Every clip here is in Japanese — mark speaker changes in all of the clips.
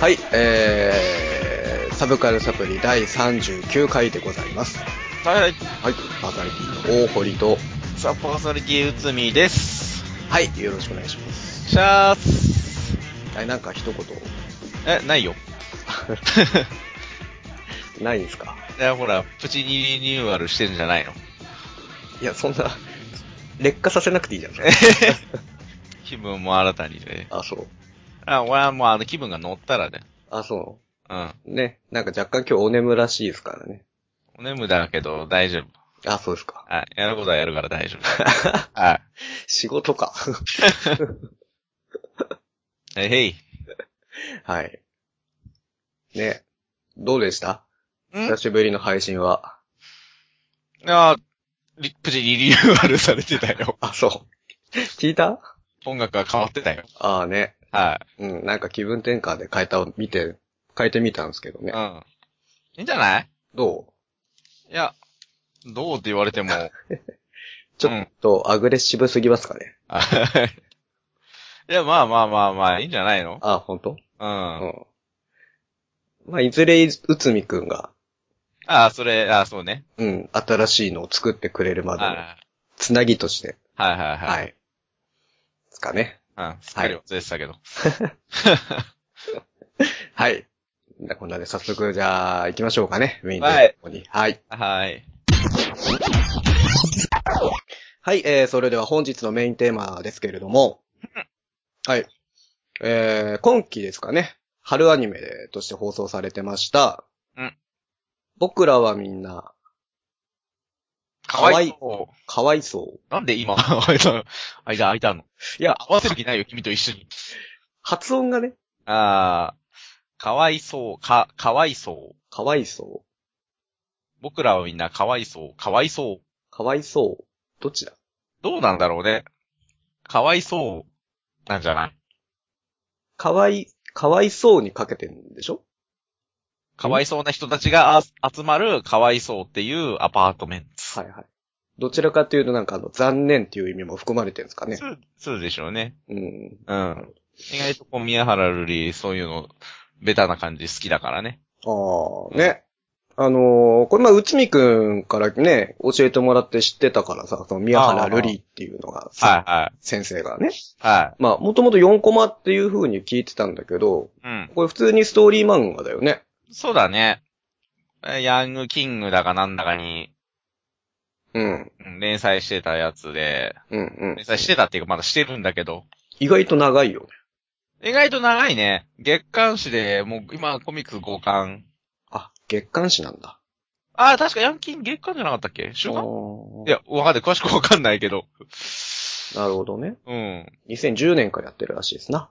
Speaker 1: はい、えー、サブカルサプリ第39回でございます。
Speaker 2: はい、
Speaker 1: はい、パーソナリティの大堀と、
Speaker 2: サポーソリティ内海です。
Speaker 1: はい、よろしくお願いします。
Speaker 2: シャース。
Speaker 1: はい、なんか一言、
Speaker 2: え、ないよ。
Speaker 1: ないんですか
Speaker 2: いや、ほら、プチリニューアルしてんじゃないの。
Speaker 1: いや、そんな、劣化させなくていいじゃん。
Speaker 2: 気分も新たにね。
Speaker 1: あ、そう。
Speaker 2: あ、俺はもうあの気分が乗ったらね。
Speaker 1: あ、そ
Speaker 2: うん。
Speaker 1: う。ね、なんか若干今日お眠らしいですからね。
Speaker 2: お眠だけど大丈夫。
Speaker 1: あ、そうですか。
Speaker 2: はい。やることはやるから大丈夫。は
Speaker 1: 仕事 か。
Speaker 2: い。えへい。
Speaker 1: はい。ね、どうでした
Speaker 2: ん
Speaker 1: 久しぶりの配信は。
Speaker 2: あリプチリニューアルされてたよ。
Speaker 1: あ、そう。聞いた
Speaker 2: 音楽が変わってたよ。
Speaker 1: ああね。
Speaker 2: は
Speaker 1: うん、なんか気分転換で変えたを見て、変えてみたんですけど
Speaker 2: い。
Speaker 1: ね
Speaker 2: う。ん。いいんじゃない
Speaker 1: ど
Speaker 2: いや、どうって言われても。
Speaker 1: うちょっとアグレッシブすぎますかね。
Speaker 2: はいいや、まあまあまあまあ、いいんじゃないの
Speaker 1: あ、本当？
Speaker 2: うん。
Speaker 1: う
Speaker 2: あ
Speaker 1: ん。まあ、いずれ、内海くんが、
Speaker 2: あ、それ、ああ、そうね。
Speaker 1: うん、新しいのを作ってくれるまでの
Speaker 2: あ
Speaker 1: つなぎとして、
Speaker 2: あはいはい
Speaker 1: は。
Speaker 2: はいい。
Speaker 1: ですかね。
Speaker 2: うん。すっかり忘れて たけど。
Speaker 1: はい。じゃあこんなで早速、じゃあ、行きましょうかね。メインの方に。はい。
Speaker 2: はい。
Speaker 1: はい、えー、それでは本日のメインテーマですけれども、はい。えー、今期ですかね、春アニメとして放送されてました、
Speaker 2: うん
Speaker 1: 僕らはみんな、
Speaker 2: かわい
Speaker 1: か
Speaker 2: そう。
Speaker 1: かわいそう。
Speaker 2: なんで今、 間、間、空いたの
Speaker 1: いや、
Speaker 2: 合わせる気ないよ、君と一緒に。
Speaker 1: 発音がね、
Speaker 2: ああ、かわいそう、か、かわいそう。
Speaker 1: かわいそ
Speaker 2: 僕らはみんなかわいそう、かわいそう。
Speaker 1: う。かわいそう。どっちだ
Speaker 2: どうなんだろうね。かわいそう、なんじゃない
Speaker 1: かわい、かわいそうにかけてんでしょ
Speaker 2: かわいそうな人たちがあ集まるかわいそうっていうアパートメント。
Speaker 1: はいはい。どちらかというとなんかあの、残念っていう意味も含まれてるんですかね
Speaker 2: そ。う、そうでしょうね。
Speaker 1: うん。
Speaker 2: うん。意外とこう、宮原瑠璃、そういうの、ベタな感じ好きだからね。
Speaker 1: ああ、ね。あのーこれまあ、内海くんからね、教えてもらって知ってたからさ、その宮原瑠璃っていうのが、さ
Speaker 2: はいは
Speaker 1: 先生がね。
Speaker 2: い。は
Speaker 1: まあ、もともと4コマっていう風に聞いてたんだけど、
Speaker 2: い。うん。
Speaker 1: これ普通にストーリー漫画だよね。
Speaker 2: そうだね。えヤングキングだかなんだかに、
Speaker 1: うん。
Speaker 2: うん連載してたやつで、
Speaker 1: うんうん
Speaker 2: 連。載してたっていうかまだしてるんだけど、
Speaker 1: 意外と長いよね。
Speaker 2: 意外と長いね。月刊誌で、もう今コミックス5巻。
Speaker 1: あ、月刊誌なんだ。
Speaker 2: ああ、確かヤンキング月刊じゃなかったっけ週
Speaker 1: あ
Speaker 2: 刊
Speaker 1: ー
Speaker 2: いや、わかんない。詳しくわかんないけど。
Speaker 1: なるほどね。
Speaker 2: うん。
Speaker 1: 2010年からやってるらしいですな。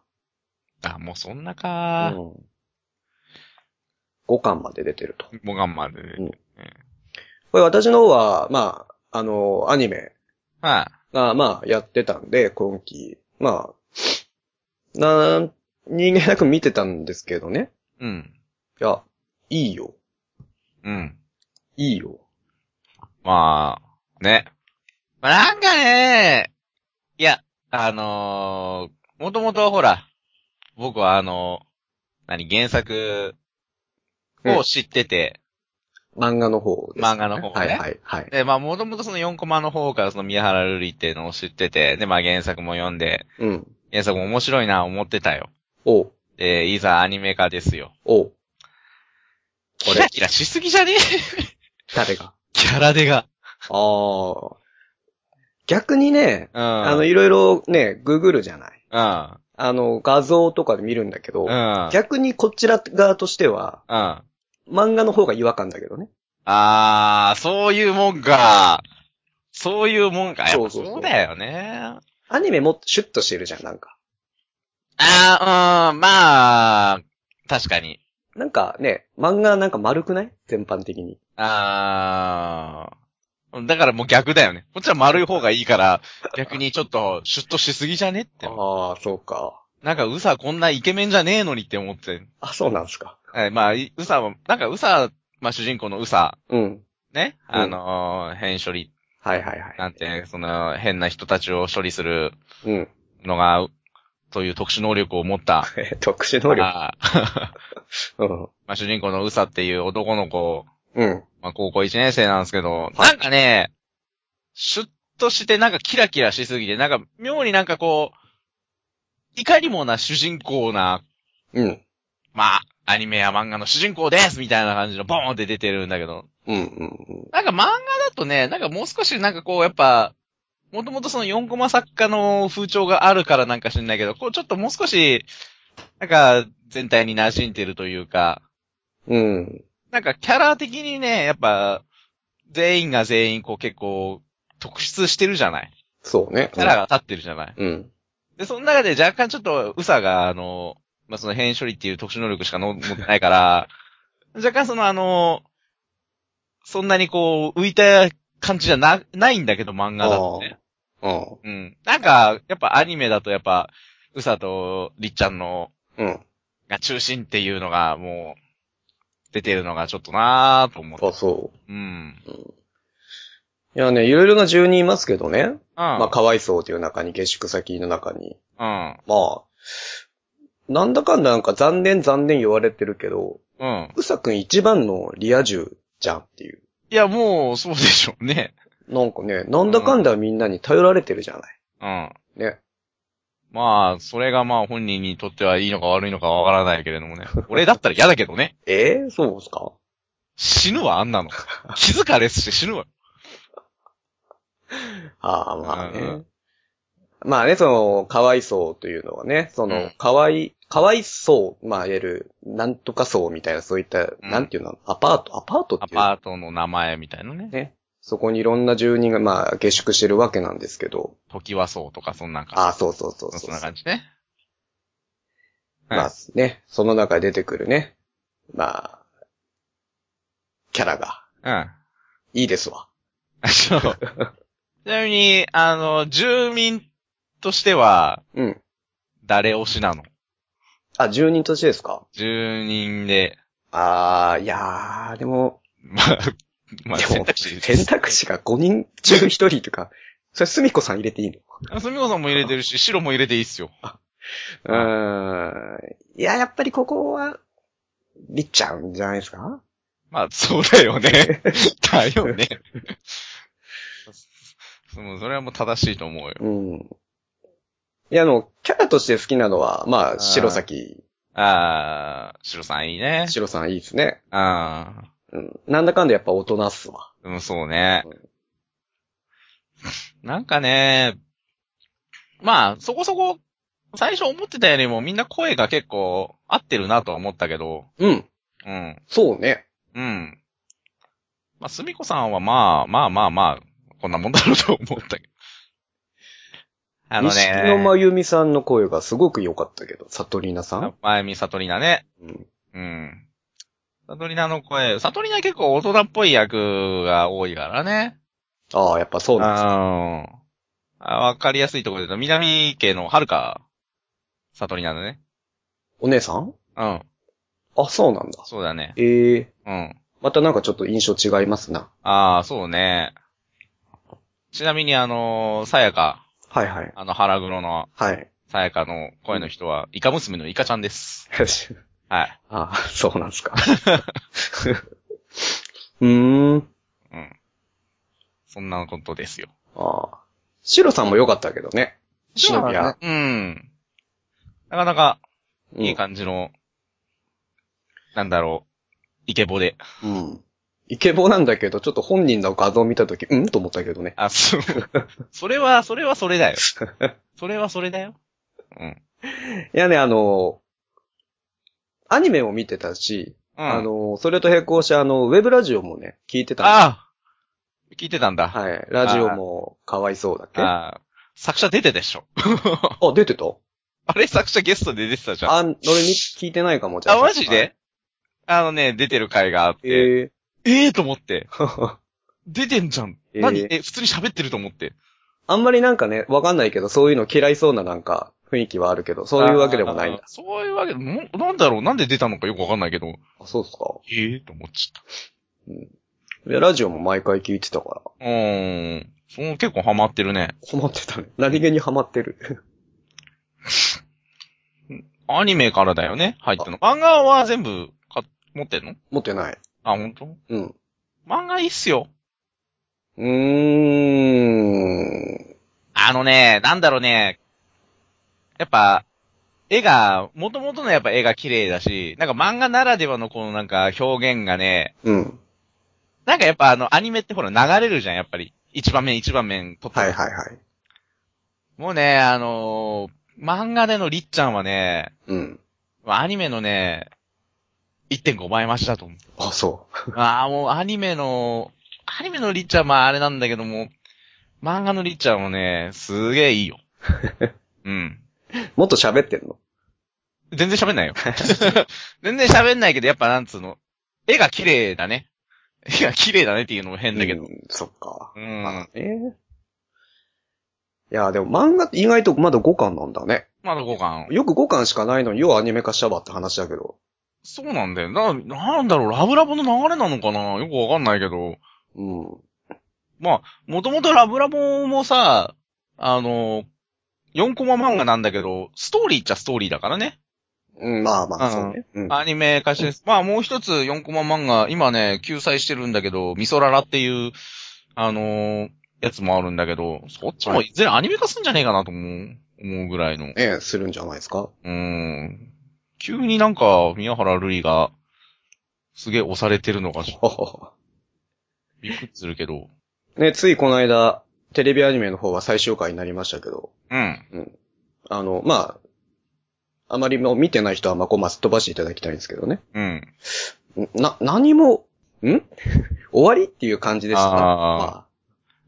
Speaker 2: あ、もうそんな
Speaker 1: う
Speaker 2: か
Speaker 1: ん。5巻まで出てると。
Speaker 2: もう頑張る。
Speaker 1: うんこれ私の方は、まあ、あのーアニメ
Speaker 2: はい。
Speaker 1: が、まあ、やってたんで、今期。まあ、なん、人間なく見てたんですけどね。
Speaker 2: うん。
Speaker 1: いや、いいよ。
Speaker 2: うん。
Speaker 1: いいよ。
Speaker 2: まあ、ね。まあ、なんかね、いや、あのー、もともとほら、僕はあの何、原作を知ってて、
Speaker 1: 漫画の方です、
Speaker 2: 漫画の方
Speaker 1: は
Speaker 2: ね
Speaker 1: いはいはい。
Speaker 2: で、まあ、もともとその4コマの方からその宮原瑠璃っていうのを知ってて、で、まあ原作も読んで、
Speaker 1: うん。
Speaker 2: 原作も面白いな思ってたよ。
Speaker 1: おう、
Speaker 2: で、いざアニメ化ですよ。
Speaker 1: おう。こ
Speaker 2: キラ
Speaker 1: れ、
Speaker 2: キラしすぎじゃね
Speaker 1: 誰が
Speaker 2: キャラでが。
Speaker 1: ああ。逆にね、
Speaker 2: うん。
Speaker 1: あの、いろいろね、ググるじゃない。
Speaker 2: う
Speaker 1: あの、画像とかで見るんだけど、
Speaker 2: ん。うん。
Speaker 1: 逆にこちら側としては、
Speaker 2: うん。
Speaker 1: 漫画の方が違和感だけどね。
Speaker 2: あー、そういうもんか。そういうもんか。やっ
Speaker 1: そう
Speaker 2: ぱ
Speaker 1: そうそう
Speaker 2: そうだよね。
Speaker 1: アニメもっとシュッとしてるじゃん、なんか。
Speaker 2: あー、うん、まあ、確かに。
Speaker 1: なんかね、漫画なんか丸くない全般的に。
Speaker 2: あー。だからもう逆だよね。こっちは丸い方がいいから、逆にちょっとシュッとしすぎじゃねって。
Speaker 1: ああ、そうか。
Speaker 2: なんかウサこんなイケメンじゃねえのにって思って。
Speaker 1: あ、そうなんすか。
Speaker 2: えまあ、いウサは、なんかウサ、まあ主人公のウサ、
Speaker 1: うん。
Speaker 2: ね。
Speaker 1: うん
Speaker 2: あのー、変処理
Speaker 1: はいはいはい。
Speaker 2: なんて、その変な人たちを処理する
Speaker 1: うん。
Speaker 2: のが、という特殊能力を持った、
Speaker 1: 特殊能力。
Speaker 2: あ
Speaker 1: う
Speaker 2: ー
Speaker 1: ん。
Speaker 2: まあ主人公のウサっていう男の子、
Speaker 1: うん。
Speaker 2: まあ高校1年生なんですけど、
Speaker 1: い
Speaker 2: なんかね、シュッとしてなんかキラキラしすぎて、なんか妙になんかこう、いかにもな主人公な、
Speaker 1: うん。
Speaker 2: まあ、アニメや漫画の主人公ですみたいな感じのボーンって出てるんだけど、
Speaker 1: うん。うん。
Speaker 2: なんか漫画だとね、なんかもう少しなんかこう、やっぱ、もともとその4コマ作家の風潮があるからなんか知んないけど、こうちょっともう少し、なんか全体に馴染んでるというか、
Speaker 1: うん。
Speaker 2: なんかキャラ的にね、やっぱ、全員が全員こう結構、特筆してるじゃない
Speaker 1: そうね。
Speaker 2: キャラが立ってるじゃない
Speaker 1: うん。
Speaker 2: で、その中で若干ちょっと、ウサが、あの、まあ、その変処理っていう特殊能力しかの持ってないから、 若干そのあの、そんなにこう、浮いた感じじゃな、ないんだけど、漫画だとね。
Speaker 1: うん。
Speaker 2: うん。なんか、やっぱアニメだとやっぱ、ウサとりっちゃんの、
Speaker 1: うん。
Speaker 2: が中心っていうのがもう、出てるのがちょっとなぁと思って。
Speaker 1: あ、そ
Speaker 2: うん。
Speaker 1: う。うん。いやね、いろいろな住人いますけどね。ま
Speaker 2: ま
Speaker 1: あ、かわいそうという中に、下宿先の中に。
Speaker 2: あ、
Speaker 1: まあ、なんだかんだなんか残念残念言われてるけど、
Speaker 2: うん。うん。
Speaker 1: うさくん一番のリア充じゃんっていう。
Speaker 2: いや、もう、そうでしょうね。
Speaker 1: なんかね、なんだかんだみんなに頼られてるじゃない。
Speaker 2: うん。
Speaker 1: ね。
Speaker 2: まあ、それがまあ本人にとってはいいのか悪いのかわからないけれどもね。俺だったら嫌だけどね。
Speaker 1: えー、そうですか
Speaker 2: 死ぬわ、あ んなの。気づかれすして死ぬわ。
Speaker 1: ああ、まあね。
Speaker 2: うん
Speaker 1: まあね、その、かわいそうというのはね、その、
Speaker 2: うん
Speaker 1: かわい、かわいそう、まあ、いわゆる、なんとかそうみたいな、そういった、
Speaker 2: ん
Speaker 1: なんていうの、アパート、アパートっ
Speaker 2: ア
Speaker 1: ていうの
Speaker 2: パートの名前みたいなね。
Speaker 1: ね。そこにいろんな住人が、まあ、下宿してるわけなんですけど、
Speaker 2: 時はそうとか、そんなんか。
Speaker 1: ああ、そうそうそう
Speaker 2: そ
Speaker 1: そ
Speaker 2: ん
Speaker 1: う
Speaker 2: な感じね。はい
Speaker 1: まあね、その中で出てくるね、まあ、キャラが、
Speaker 2: うん。
Speaker 1: いいですわ。
Speaker 2: そう。ちなみに、あの、住民としては、
Speaker 1: うん。
Speaker 2: 誰推しなの
Speaker 1: あ、住人としてですか
Speaker 2: 住人で、
Speaker 1: ああ、いやー、でも、
Speaker 2: まあ、まあ、
Speaker 1: でも
Speaker 2: 選択肢。
Speaker 1: 選択肢が5人中1人と か、それすみこさん入れていいの
Speaker 2: あすみこさんも入れてるし、白も入れていいっすよ。
Speaker 1: うーん。いや、やっぱりここは、りっちゃんじゃないですか
Speaker 2: まあ、そうだよね。だよね。そのそれはもう正しいと思うよ。
Speaker 1: うん。いや、あの、キャラとして好きなのは、ま
Speaker 2: あ
Speaker 1: あ、
Speaker 2: ー
Speaker 1: 白崎、
Speaker 2: ああ、白さんいいね。
Speaker 1: 白さんいいですね。
Speaker 2: ああ、
Speaker 1: うん。なんだかんだやっぱ大人っすわ。
Speaker 2: うん、そうね。なんかね、まあ、そこそこ、最初思ってたよりもみんな声が結構合ってるなとは思ったけど、
Speaker 1: うん。
Speaker 2: うん、
Speaker 1: そうね。
Speaker 2: うん。まあ、すみこさんはまあ、まあまあまあ、こんなもんだろうと思ったけど。あの
Speaker 1: 錦野
Speaker 2: ね、
Speaker 1: 真由美さんの声がすごく良かったけど、サトリーナさん
Speaker 2: 前見さとりなね。
Speaker 1: うん。
Speaker 2: うん。サトリナの声、サトリナ結構大人っぽい役が多いからね。
Speaker 1: ああ、やっぱそうなんです
Speaker 2: あーあ。わかりやすいところで言うと、南家のはるか、サトリナだね。
Speaker 1: お姉さん
Speaker 2: うん。
Speaker 1: あ、そうなんだ。
Speaker 2: そうだね。
Speaker 1: ええ
Speaker 2: うん。
Speaker 1: またなんかちょっと印象違いますな。
Speaker 2: ああ、そうね。ちなみにあのーさやか、
Speaker 1: はいはい。
Speaker 2: あの、腹黒の
Speaker 1: はい。
Speaker 2: さやかの声の人は、イカ娘のイカちゃんです。はい。
Speaker 1: ああ、そうなんですか。 うーん。
Speaker 2: うん。そんなことですよ。
Speaker 1: ああ。シロさんも良かったけどね。シノビア。
Speaker 2: うん。なかなか、いい
Speaker 1: か。
Speaker 2: 感じの、なんだろう、イケボで。
Speaker 1: うん。イケボなんだけど、ちょっと本人の画像を見たとき、うんと思ったけどね。
Speaker 2: あ、そう。それは、それはそれだよ。それはそれだよ。うん。
Speaker 1: いやね、あの、アニメも見てたし、
Speaker 2: うん、
Speaker 1: あ、の、それと並行して、あの、ウェブラジオもね、聞いてたんで
Speaker 2: ああ聞いてたんだ。
Speaker 1: はい。ラジオも、かわいそうだっけあ
Speaker 2: ああ作者出てたでしょ。
Speaker 1: 出てた
Speaker 2: あれ作者ゲストで出てたじゃん。あ、
Speaker 1: あ、俺に聞いてないかも、じゃ
Speaker 2: マジで、あのね、出てる回があって、
Speaker 1: ええ
Speaker 2: ええと思って、出てんじゃん。
Speaker 1: えー
Speaker 2: 何え、普通に喋ってると思って。
Speaker 1: あんまりなんかね、わかんないけど、そういうの嫌いそうななんか、雰囲気はあるけど、そういうわけでもないんだ
Speaker 2: あ。ー。そういうわけでも、なんだろうなんで出たのかよくわかんないけど、
Speaker 1: あ、そうですか。
Speaker 2: ええと思っちゃった。
Speaker 1: いや、ラジオも毎回聞いてたから。
Speaker 2: うーん。そう、結構ハマってるね。
Speaker 1: ハマってたね。何気にハマってる。
Speaker 2: アニメからだよね入ってんの。漫画は全部か、持ってんの
Speaker 1: 持ってない。
Speaker 2: あ、ほんと
Speaker 1: うん。
Speaker 2: 漫画いいっすよ。
Speaker 1: うーん。
Speaker 2: あのね、なんだろうね。やっぱ、絵が、元々のやっぱ絵が綺麗だし、なんか漫画ならではのこのなんか表現がね、
Speaker 1: うん。
Speaker 2: なんかやっぱあのアニメってほら流れるじゃん、やっぱり。一番面一番面撮って
Speaker 1: はいはいはい。
Speaker 2: もうね、あのー漫画でのりっちゃんはね、
Speaker 1: うん。
Speaker 2: アニメのね、1.5倍増しだと思う。
Speaker 1: あ、そう。
Speaker 2: ああ、もうアニメの、アニメのりっちゃんはあれなんだけども、漫画のりっちゃんはね、すげえいい よ。うん。
Speaker 1: もっと喋ってんの
Speaker 2: 全然喋んないよ。 全然喋んないけど、やっぱなんつうの、絵が綺麗だね。絵が綺麗だねっていうのも変だけど。
Speaker 1: うんそっか。
Speaker 2: う
Speaker 1: まあ
Speaker 2: ん。
Speaker 1: ね。いや、でも漫画って意外とまだ5巻なんだね。
Speaker 2: まだ5巻。
Speaker 1: よく5巻しかないのにようアニメ化したわって話だけど。
Speaker 2: そうなんだよ。な、なんだろう、ラブラブの流れなのかなよくわかんないけど。
Speaker 1: うん。
Speaker 2: まあ、もともとラブラボもさ、あの、4コマ漫画なんだけど、ストーリーっちゃストーリーだからね。
Speaker 1: うん、まあまあ、
Speaker 2: うん
Speaker 1: そうね。うん。
Speaker 2: アニメ化して、まあもう一つ4コマ漫画、今ね、救済してるんだけど、ミソララっていう、あのーやつもあるんだけど、そっちもいずれアニメ化すんじゃねえかなと思う、思うぐらいの。う
Speaker 1: ええ、するんじゃないですか。
Speaker 2: ーん。急になんか、宮原瑠衣が、すげえ押されてるのが
Speaker 1: はは
Speaker 2: びっくりするけど。
Speaker 1: ね、ついこの間、テレビアニメの方は最終回になりましたけど、
Speaker 2: うん。
Speaker 1: あの、まあ、あまりもう見てない人は、まあ、こう、まあ、すっ飛ばしていただきたいんですけどね。
Speaker 2: うん。
Speaker 1: んな、何も、ん 終わりっていう感じでした。
Speaker 2: あ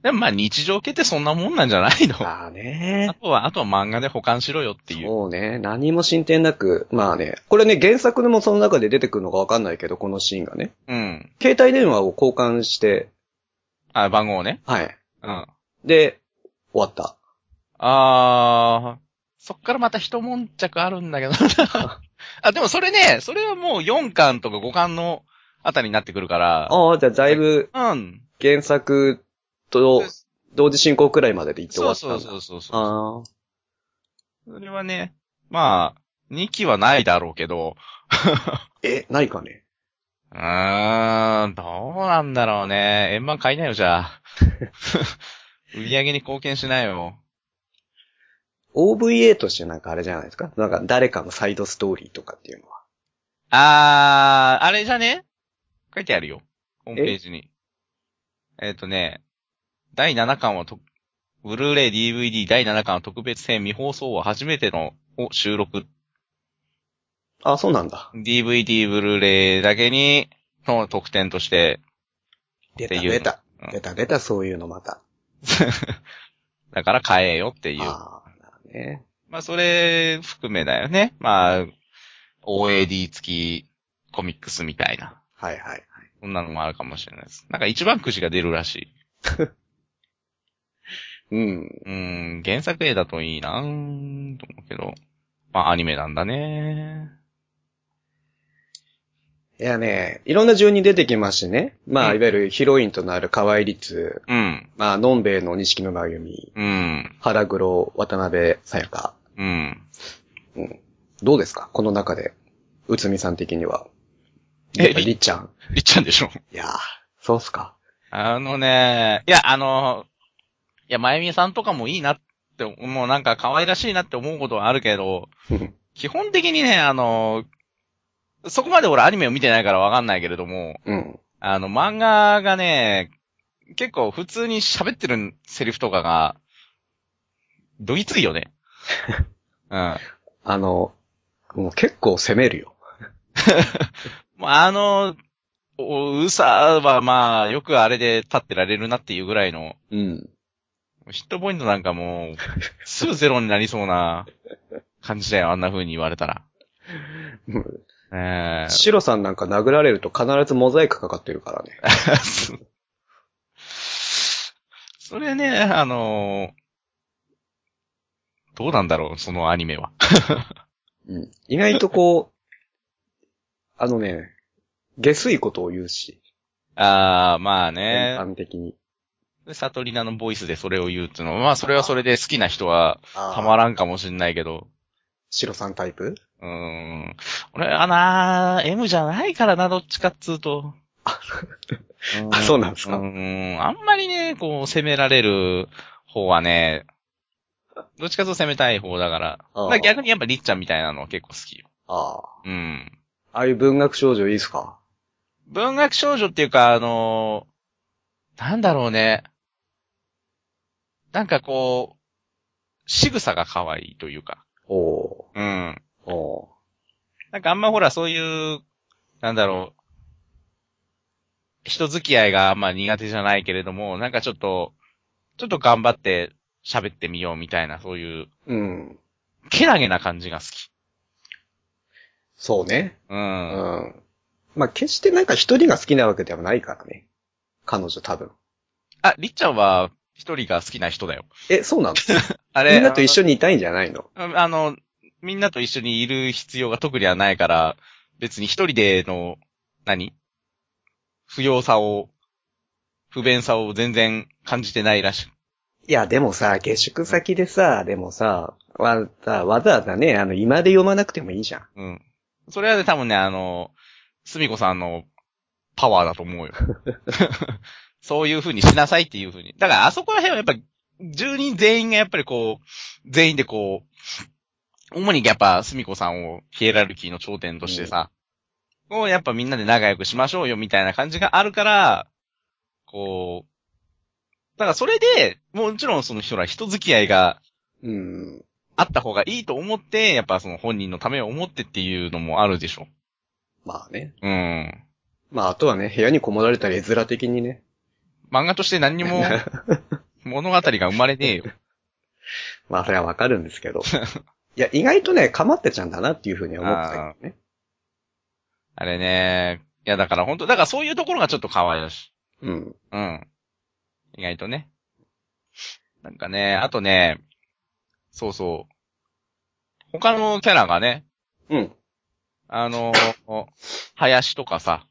Speaker 2: でもまあ日常系ってそんなもんなんじゃないの
Speaker 1: まあ、あーね
Speaker 2: あとは、あとは漫画で保管しろよっていう。
Speaker 1: そうね。何も進展なく、まあね。これね、原作のもその中で出てくるのかわかんないけど、このシーンがね。
Speaker 2: うん。
Speaker 1: 携帯電話を交換して、
Speaker 2: あ、番号ね。
Speaker 1: はい。
Speaker 2: うん。
Speaker 1: で、終わった。
Speaker 2: あー、そっからまた一悶着あるんだけどなあ、でもそれね、それはもう4巻とか5巻のあたりになってくるから。
Speaker 1: ああ、じゃあだいぶ
Speaker 2: うん。
Speaker 1: 原作と同時進行くらいまででいって終
Speaker 2: そ
Speaker 1: わ
Speaker 2: う
Speaker 1: ったんだ。
Speaker 2: そうそうそうそう。
Speaker 1: ああ。
Speaker 2: それはね、まあ、2期はないだろうけど、
Speaker 1: え、ないかね。
Speaker 2: うーん、どうなんだろうね。円満買いなよ、じゃあ。 売り上げに貢献しないよ。
Speaker 1: OVA としてなんかあれじゃないですかなんか誰かのサイドストーリーとかっていうのは。
Speaker 2: あー、あれじゃね書いてあるよ。ホームページに。えっ、とね、第7巻はと、ブルーレイ DVD 第7巻は特別編未放送は初めてのを収録。
Speaker 1: あ、そうなんだ。
Speaker 2: DVD ブルーレイだけに、の特典として。
Speaker 1: 出
Speaker 2: て
Speaker 1: た
Speaker 2: いう
Speaker 1: 出た
Speaker 2: うん。
Speaker 1: 出た出た、そういうのまた。
Speaker 2: だから買えよっていう。
Speaker 1: ああ、なるほどね。
Speaker 2: まあ、それ含めだよね。まあ、OAD 付きコミックスみたいな。
Speaker 1: はいはいはい。
Speaker 2: そんなのもあるかもしれないです。なんか一番くじが出るらしい。
Speaker 1: うん。
Speaker 2: うーん、原作絵だといいなぁ、と思うけど。まあ、アニメなんだね
Speaker 1: いやね、いろんな順に出てきますしね。まあ、
Speaker 2: うん
Speaker 1: いわゆるヒロインとなる河合律、
Speaker 2: うん、
Speaker 1: まあ、のんべえの錦野真由美、
Speaker 2: うん、
Speaker 1: 原黒、渡辺さやか。
Speaker 2: うん。
Speaker 1: どうですかこの中で。うつみさん的には。
Speaker 2: え
Speaker 1: やっぱりっちゃん。
Speaker 2: りっちゃんでしょ
Speaker 1: いやー、そうっすか。
Speaker 2: あのねいや、あの、いや、まゆみさんとかもいいなって、もうなんか可愛らしいなって思うことはあるけど、基本的にね、あの、そこまで俺アニメを見てないからわかんないけれども、
Speaker 1: うん。
Speaker 2: あの、漫画がね、結構普通に喋ってるセリフとかが、どぎついよ ね。うん。
Speaker 1: あの、もう結構攻めるよ。
Speaker 2: まあ、あの、おうさはまあ、よくあれで立ってられるなっていうぐらいの、
Speaker 1: うん。
Speaker 2: ヒットポイントなんかもう、すぐゼロになりそうな感じだよ、あんな風に言われたら。え
Speaker 1: シロさんなんか殴られると必ずモザイクかかってるからね。
Speaker 2: えそれね、あのどうなんだろう、そのアニメは。
Speaker 1: うん。意外とこう、あのね、下水ことを言うし、
Speaker 2: ああ、まあね
Speaker 1: 一。般的に。
Speaker 2: サトリナのボイスでそれを言うっていうのは、まあそれはそれで好きな人は
Speaker 1: あ
Speaker 2: たま
Speaker 1: ら
Speaker 2: らんかもしんないけど。
Speaker 1: シロさんタイプ
Speaker 2: うーん。俺はな、M じゃないからな、どっちかっつ うと。
Speaker 1: あそうなんですか
Speaker 2: うーん。あんまりね、こう、攻められる方はね、どっちかっつうと攻めたい方だから。
Speaker 1: あー
Speaker 2: だから逆にやっぱりっちゃんみたいなのは結構好きよ。
Speaker 1: ああ。
Speaker 2: うん。
Speaker 1: ああいう文学少女いいっすか
Speaker 2: 文学少女っていうか、あのーなんだろうね。なんかこう、仕草が可愛いというか。
Speaker 1: お
Speaker 2: うん。
Speaker 1: ーお
Speaker 2: なんかあんまほら、そういう、なんだろう。人付き合いがあんま苦手じゃないけれども、なんかちょっと、ちょっと頑張って喋ってみようみたいな、そういう、
Speaker 1: ーうん。
Speaker 2: けなげな感じが好き。
Speaker 1: そうね。
Speaker 2: う。
Speaker 1: うんん。まあ、決してなんか一人が好きなわけではないからね。彼女多分。
Speaker 2: あ、りっちゃんは、一人が好きな人だよ。
Speaker 1: え、そうなの
Speaker 2: あれ、
Speaker 1: みんなと一緒にいたいんじゃないの
Speaker 2: うんあの、みんなと一緒にいる必要が特にはないから、別に一人での、何不要さを、不便さを全然感じてないらしい。
Speaker 1: いや、でもさ、下宿先でさ、でもさ、わざわざわざね、あの、今で読まなくてもいいじゃん。
Speaker 2: うん。それはね、多分ね、あの、すみこさんのパワーだと思うよ。そういう風にしなさいっていう風に。だから、あそこら辺はやっぱ、住人全員がやっぱりこう、全員でこう、主にやっぱ、すみこさんをヒエラルキーの頂点としてさ、もうやっぱみんなで仲良くしましょうよみたいな感じがあるから、こう、だからそれで、もちろんその人ら人付き合いが
Speaker 1: うん。
Speaker 2: あった方がいいと思って、やっぱその本人のためを思ってっていうのもあるでしょ。
Speaker 1: まあね。
Speaker 2: うん。
Speaker 1: まあ、あとはね、部屋にこもられたら絵面的にね。
Speaker 2: 漫画として何 にも物語が生まれねえよ。
Speaker 1: まあ、それはわかるんです けど。いや、意外とね、かまってちゃんだなっていうふうには思ってたけどね。
Speaker 2: あれね。いやだから本当だからそういうところがちょっと可愛らしい。
Speaker 1: うん。
Speaker 2: うん。意外とね。なんかね、あとね、そうそう。他のキャラがね、
Speaker 1: うん。
Speaker 2: あの、林とかさ、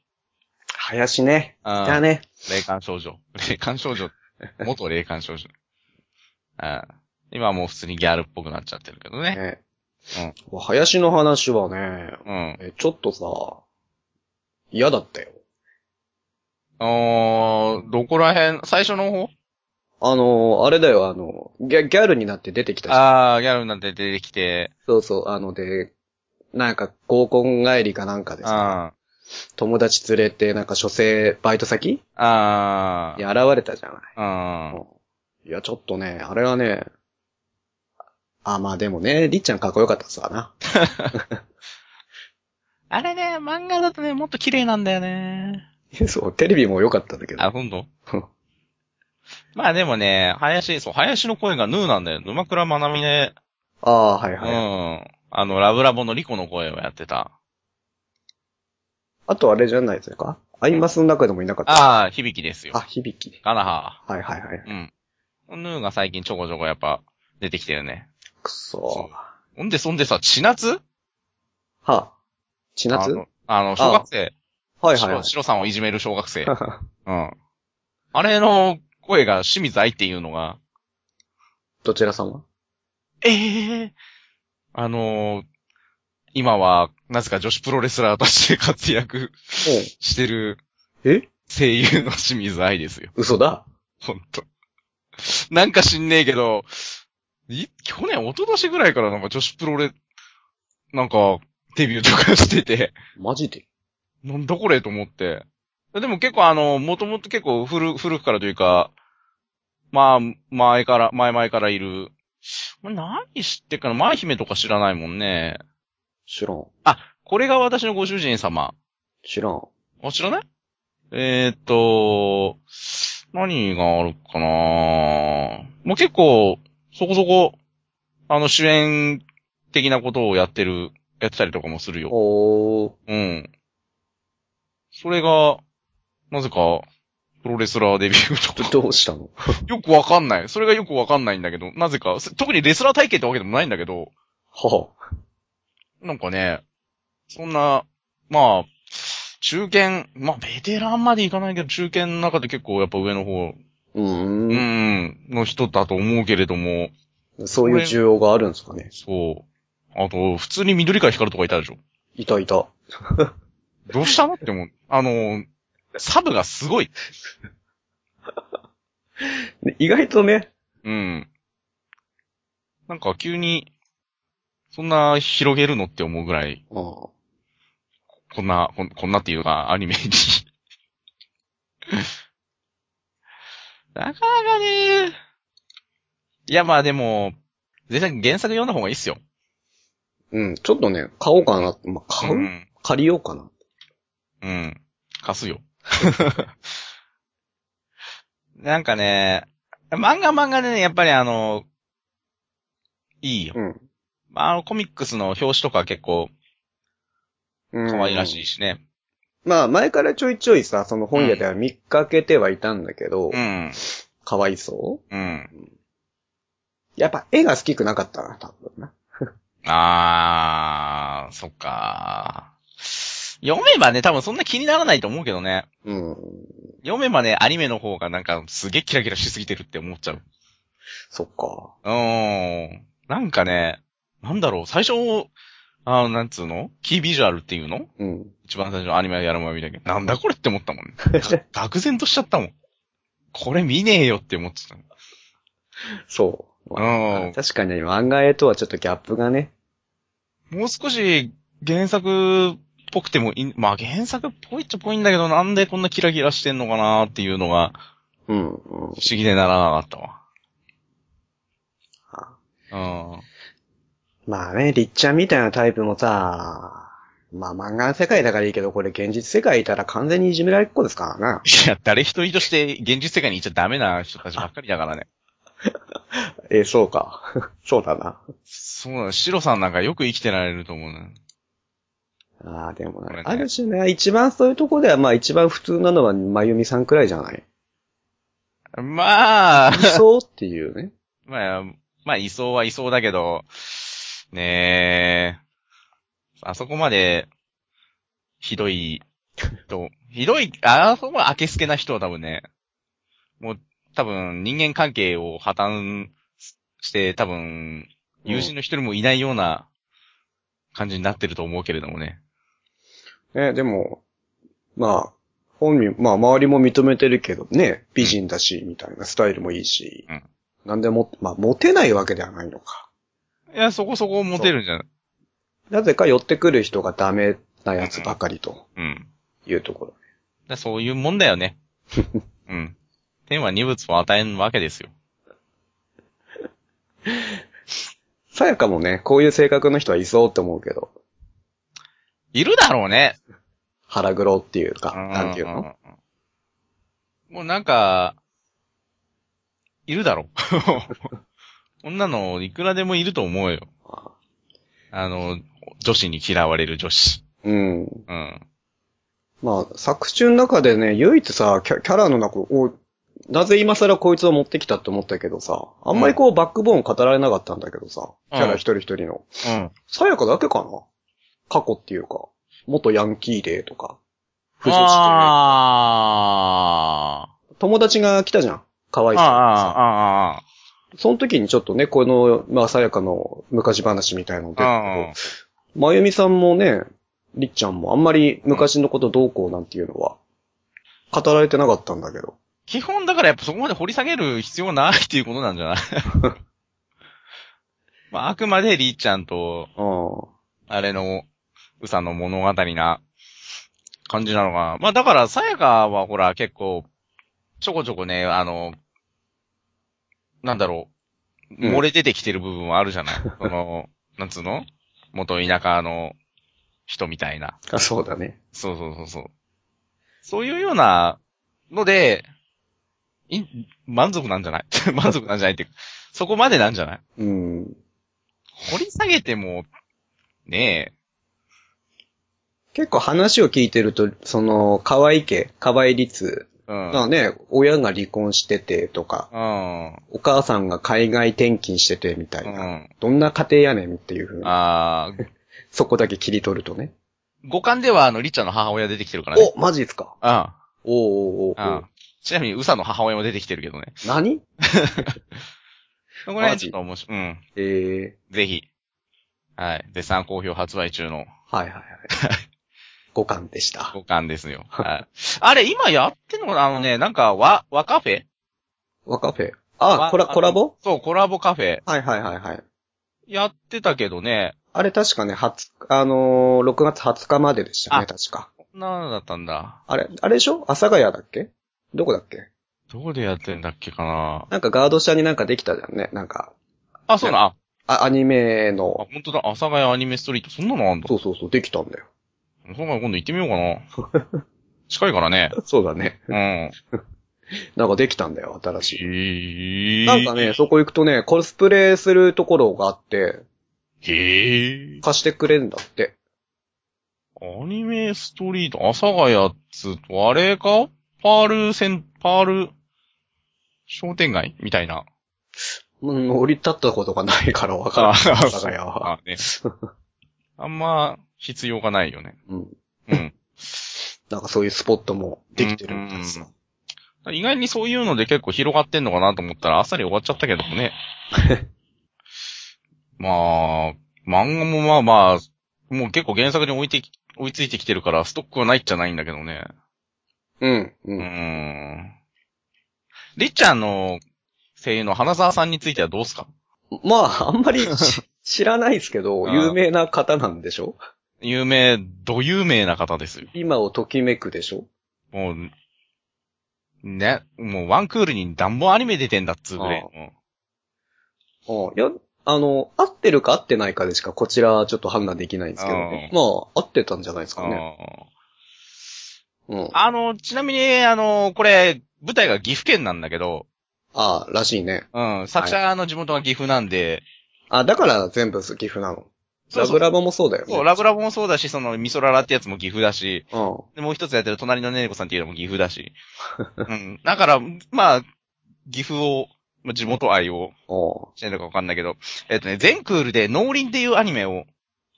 Speaker 1: 林ね。
Speaker 2: うん
Speaker 1: だね。
Speaker 2: 霊感少女。霊感少女。元霊感少女。ああ今はもう普通にギャルっぽくなっちゃってるけどね。
Speaker 1: ね林の話はね、
Speaker 2: うん。
Speaker 1: えちょっとさ、嫌だったよ。
Speaker 2: おー、どこら辺最初の方
Speaker 1: あの、あれだよ、あの、ギャギャルになって出てきたじゃん
Speaker 2: あー、ギャルになって出てきて、
Speaker 1: そうそう、あので、なんか合コン帰りかなんかでさ、
Speaker 2: あ
Speaker 1: 友達連れて、なんか書生、バイト先
Speaker 2: ー、あ
Speaker 1: に
Speaker 2: ー、
Speaker 1: 現れたじゃない。
Speaker 2: うん。
Speaker 1: いや、ちょっとね、あれはね、あ、まあでもね、りっちゃんかっこよかったっすわな。
Speaker 2: あれね、漫画だとね、もっと綺麗なんだよね。
Speaker 1: そう、テレビも良かったんだけど。
Speaker 2: あ、ほ んとまあでもね、林、そう、林の声がヌーなんだよ。沼倉まなみね、
Speaker 1: ああ、はいうはい。
Speaker 2: ん。あの、ラブラボのリコの声をやってた。
Speaker 1: あとあれじゃないですかアイマスの中でもいなかった。
Speaker 2: あー、響きですよ
Speaker 1: あ、。響き。
Speaker 2: ガナハ
Speaker 1: はいはいはい。
Speaker 2: ー。うん。ヌーが最近ちょこちょこやっぱ出てきてるね。
Speaker 1: く
Speaker 2: そ
Speaker 1: そー。
Speaker 2: ほんで、そんでさ、千夏
Speaker 1: はあ、千夏は
Speaker 2: あの、あの小学生。
Speaker 1: いはいはい
Speaker 2: 白。白さんをいじめる小学生。
Speaker 1: あ
Speaker 2: うん。あれの声が清水愛っていうのが、
Speaker 1: どちらさんは
Speaker 2: ええあのー今は、なぜか女子プロレスラーとして活躍してる
Speaker 1: え
Speaker 2: 声優の清水愛ですよ。
Speaker 1: 嘘だ。
Speaker 2: ほんと。なんか知んねえけど、い去年、一昨年ぐらいからなんか女子プロレ、なんか、デビューとかしてて、
Speaker 1: マジで。
Speaker 2: なんだこれと思って。でも結構あの、もともと結構古、古くからというか、まあ、前から、前々からいる。まあ何知ってっかな舞姫とか知らないもんね。
Speaker 1: 知らん。
Speaker 2: これが私のご主人様。
Speaker 1: 知らん。
Speaker 2: あ、知らないえーっと、何があるかなもう結構、そこそこ、あの、主演的なことをやってる、やってたりとかもするよ。
Speaker 1: おー。
Speaker 2: うん。それが、なぜか、プロレスラーデビューとか。
Speaker 1: どうしたの
Speaker 2: よくわかんない。それがよくわかんないんだけど、なぜか、す特にレスラー体系ってわけでもないんだけど、
Speaker 1: はあ。
Speaker 2: なんかね、そんな、まあ、中堅、まあ、ベテランまでいかないけど、中堅の中で結構やっぱ上の方、
Speaker 1: うー
Speaker 2: う
Speaker 1: ん。
Speaker 2: ん、の人だと思うけれども、
Speaker 1: そういう需要があるんですかね。
Speaker 2: そう。あと、普通に緑川光とかいたでしょ
Speaker 1: いたいた。
Speaker 2: どうしたのってもう、あの、サブがすごい。
Speaker 1: で意外とね、
Speaker 2: うん。なんか急に、そんな広げるのって思うぐらい、
Speaker 1: うん
Speaker 2: こんな、こんこんなっていうか、アニメに。 なかなかね。いや、まあでも、全然原作読んだ方がいいっすよ。
Speaker 1: うん、ちょっとね、買おうかな。まあ、買う、
Speaker 2: うん。
Speaker 1: 借りようかな。
Speaker 2: うん。貸 すよ。なんかね、漫画漫画でね、やっぱりあの、いいよ。
Speaker 1: うん。
Speaker 2: まあ、あの、コミックスの表紙とか結構
Speaker 1: うん
Speaker 2: 可愛らしいしね。
Speaker 1: まあ、前からちょいちょいさ、その本屋では見かけてはいたんだけど、
Speaker 2: うん。
Speaker 1: かわいそう
Speaker 2: うん。
Speaker 1: やっぱ絵が好きくなかったな、多分な。
Speaker 2: あー、そっか読めばね、多分そんな気にならないと思うけどね。
Speaker 1: うん。
Speaker 2: 読めばね、アニメの方がなんかすげえキラキラしすぎてるって思っちゃう。
Speaker 1: そっか。
Speaker 2: うーん。なんかね、なんだろう、最初、あの、なんつうのキービジュアルっていうの
Speaker 1: うん。
Speaker 2: 一番最初のアニメやる前見たけど、なんだこれって思ったもんね。愕然としちゃったもん。これ見ねえよって思ってた。
Speaker 1: そう。
Speaker 2: うん
Speaker 1: 確かに漫画絵とはちょっとギャップがね。
Speaker 2: もう少し原作っぽくてもいい、まあ原作っぽいっちゃぽいんだけど、なんでこんなキラキラしてんのかなっていうのが
Speaker 1: うん、うん。
Speaker 2: 不思議でならなかった
Speaker 1: あ
Speaker 2: わ。
Speaker 1: まあね、りっちゃんみたいなタイプもさ、まあ漫画の世界だからいいけど、これ現実世界いたら完全にいじめられっ子ですからな。
Speaker 2: いや、誰一人として現実世界に行っちゃダメな人たちばっかりだからね。
Speaker 1: えー、そうか。 そうだな。
Speaker 2: そうだ、シロさんなんかよく生きてられると思うね。
Speaker 1: ああ、でも
Speaker 2: これ
Speaker 1: ね
Speaker 2: ね、
Speaker 1: ある種ね、一番そういうとこでは、まあ一番普通なのは、まゆみさんくらいじゃ ない
Speaker 2: まあ、
Speaker 1: そうっていうね。
Speaker 2: まあ、まあ、いそうはいそうだけど、ねえ、あそこまで、ひどい人、 ひどい、あそこまで明けすけな人は多分ね、もう、多分人間関係を破綻して、多分、友人の一人もいないような感じになってると思うけれどもね。
Speaker 1: ね、でも、まあ、本人、まあ周りも認めてるけどね、美人だし、みたいなスタイルもいいし、
Speaker 2: うん
Speaker 1: なんでも、まあモテないわけではないのか。
Speaker 2: いや、そこそこモテるんじゃない
Speaker 1: なぜか寄ってくる人がダメなやつばかりと
Speaker 2: うん。
Speaker 1: いうところ。
Speaker 2: だからそういうもんだよね。うん。天は二物を与えんわけですよ。
Speaker 1: さやかもね、こういう性格の人はいそうって思うけど、
Speaker 2: いるだろうね。
Speaker 1: 腹黒っていうか、
Speaker 2: うん
Speaker 1: なんていうの
Speaker 2: もうなんか、いるだろ。 女の、いくらでもいると思うよ。あの、女子に嫌われる女子。
Speaker 1: うん。
Speaker 2: うん。
Speaker 1: まあ、作中の中でね、唯一さ、キャキャラの中、おなぜ今更こいつを持ってきたって思ったけどさ、あんまりこう、バックボーン語られなかったんだけどさ、
Speaker 2: うん
Speaker 1: キャラ一人一人の。
Speaker 2: うん。
Speaker 1: さやかだけかな過去っていうか、元ヤンキーデーとか、浮上し
Speaker 2: あ
Speaker 1: てる。友達が来たじゃん。かわ
Speaker 2: ーあ
Speaker 1: い
Speaker 2: ー。あー
Speaker 1: そうにさ。
Speaker 2: あ
Speaker 1: その時にちょっとね、この、まあ、さやかの昔話みたいの
Speaker 2: ーあー。あ
Speaker 1: で、まゆみさんもね、りっちゃんもあんまり昔のことどうこうなんていうのは、語られてなかったんだけど。
Speaker 2: 基本だからやっぱそこまで掘り下げる必要ないっていうことなんじゃない まあ、あくまでりーちゃんと、
Speaker 1: うん。
Speaker 2: あれの、うさの物語な感じなのかな。まあだから、さやかはほら結構、ちょこちょこね、あの、なんだろう、
Speaker 1: うん
Speaker 2: 漏れ出てきてる部分はあるじゃ ない、その、なんつうの元田舎の人みたいな。
Speaker 1: あ、そうだね。
Speaker 2: そうそうそうそう。そういうようなので、い満足なんじゃない 満足なんじゃないっていうかそこまでなんじゃない
Speaker 1: うん。
Speaker 2: 掘り下げても、ねえ、
Speaker 1: 結構話を聞いてると、その、河合家、河合律
Speaker 2: うん。
Speaker 1: がね、親が離婚しててとか、
Speaker 2: うん。
Speaker 1: お母さんが海外転勤しててみたいうな、
Speaker 2: ん。
Speaker 1: どんな家庭やねんっていうふうに、
Speaker 2: あー、
Speaker 1: そこだけ切り取るとね。
Speaker 2: 五感ではあの、リッチャーの母親出てきてるからね。
Speaker 1: お、マジっすか
Speaker 2: あ
Speaker 1: おうおうおう
Speaker 2: あ、あ
Speaker 1: おう
Speaker 2: あ。ちなみに、ウサの母親も出てきてるけどね。
Speaker 1: 何
Speaker 2: これ
Speaker 1: マ
Speaker 2: ち
Speaker 1: ジ
Speaker 2: ょっと面白い。うん。
Speaker 1: え
Speaker 2: ぜひ。はい。絶賛好評発売中の
Speaker 1: はいはい はい。五感でした。
Speaker 2: 五感で すよ。はい。あれ、今やってんのかなあのね、なんか、わ、和カフェ
Speaker 1: ワカフェ。あ、
Speaker 2: わ
Speaker 1: コラ、コラボ
Speaker 2: そう、コラボカフェ。
Speaker 1: はいはいはいはい。
Speaker 2: やってたけどね、
Speaker 1: あれ確かね、20、あのー、6月20日まででしたね、
Speaker 2: あ
Speaker 1: 確か。
Speaker 2: こんなのだったんだ。
Speaker 1: あれ、あれでしょ阿佐ヶ谷だっけどこだっけ
Speaker 2: どこでやってんだっけかな
Speaker 1: なんかガード下になんかできたじゃんね。なんか、
Speaker 2: あ、そうな、あ、
Speaker 1: あ、アニメ
Speaker 2: あ
Speaker 1: の、
Speaker 2: 本当だ、阿佐ヶ谷アニメストリート、そんなのあんだ。
Speaker 1: そうそうそう、できたんだよ。
Speaker 2: 阿佐ヶ谷今度行ってみようか な。近いからね。
Speaker 1: そうだね。
Speaker 2: うん。
Speaker 1: なんかできたんだよ、新しい。
Speaker 2: へえ。
Speaker 1: なんかね、そこ行くとね、コスプレするところがあって、
Speaker 2: へえ。
Speaker 1: 貸してくれんだって。
Speaker 2: アニメストリート、阿佐ヶ谷っつうと、あれかパール線、パール、商店街みたいな。
Speaker 1: うん、降り立ったことがないからわからない。阿佐ヶ谷は。
Speaker 2: あ、ね。あんま、必要がないよね。
Speaker 1: うん。
Speaker 2: うん。
Speaker 1: なんかそういうスポットもできてるみたいですよ。
Speaker 2: 意外にそういうので結構広がってんのかなと思ったら、あっさり終わっちゃったけど もね。まあ、漫画もまあまあ、もう結構原作に追いてき、追いついてきてるから、ストックはないっちゃないんだけどね。
Speaker 1: うん、う。
Speaker 2: うんーん。りっちゃんの声優の花沢さんについてはどうすか
Speaker 1: まあ、あんま りし知らないですけど、
Speaker 2: ああ
Speaker 1: 有名な方なんでしょ
Speaker 2: 有名、ど有名な方ですよ。
Speaker 1: 今をときめくでしょ
Speaker 2: もう、ね、もうワンクールに暖房アニメ出てんだっつうぐらいの。
Speaker 1: ああいや、あの、合ってるか合ってないかでしかこちらはちょっと判断できないんですけど、
Speaker 2: ああ
Speaker 1: まあ、合ってたんじゃないですかね。
Speaker 2: あ
Speaker 1: う
Speaker 2: ー
Speaker 1: ん。あ
Speaker 2: あの、ちなみに、あの、これ、舞台が岐阜県なんだけど、
Speaker 1: あ、らしいね。
Speaker 2: うん、作者の地元が岐阜なんで、
Speaker 1: あだから全部岐阜なの。
Speaker 2: そう
Speaker 1: ラ
Speaker 2: そう
Speaker 1: ブラボもそうだよね。
Speaker 2: そう、ラブラボもそうだし、その、ミソララってやつも岐阜だし、
Speaker 1: うん。
Speaker 2: で、もう一つやってる隣のねねこさんっていうのも岐阜だし。 うん。だから、まあ、岐阜を、まあ、地元愛を
Speaker 1: お
Speaker 2: してるのかわかんないけど、えっ、とね、全クールで農林っていうアニメを、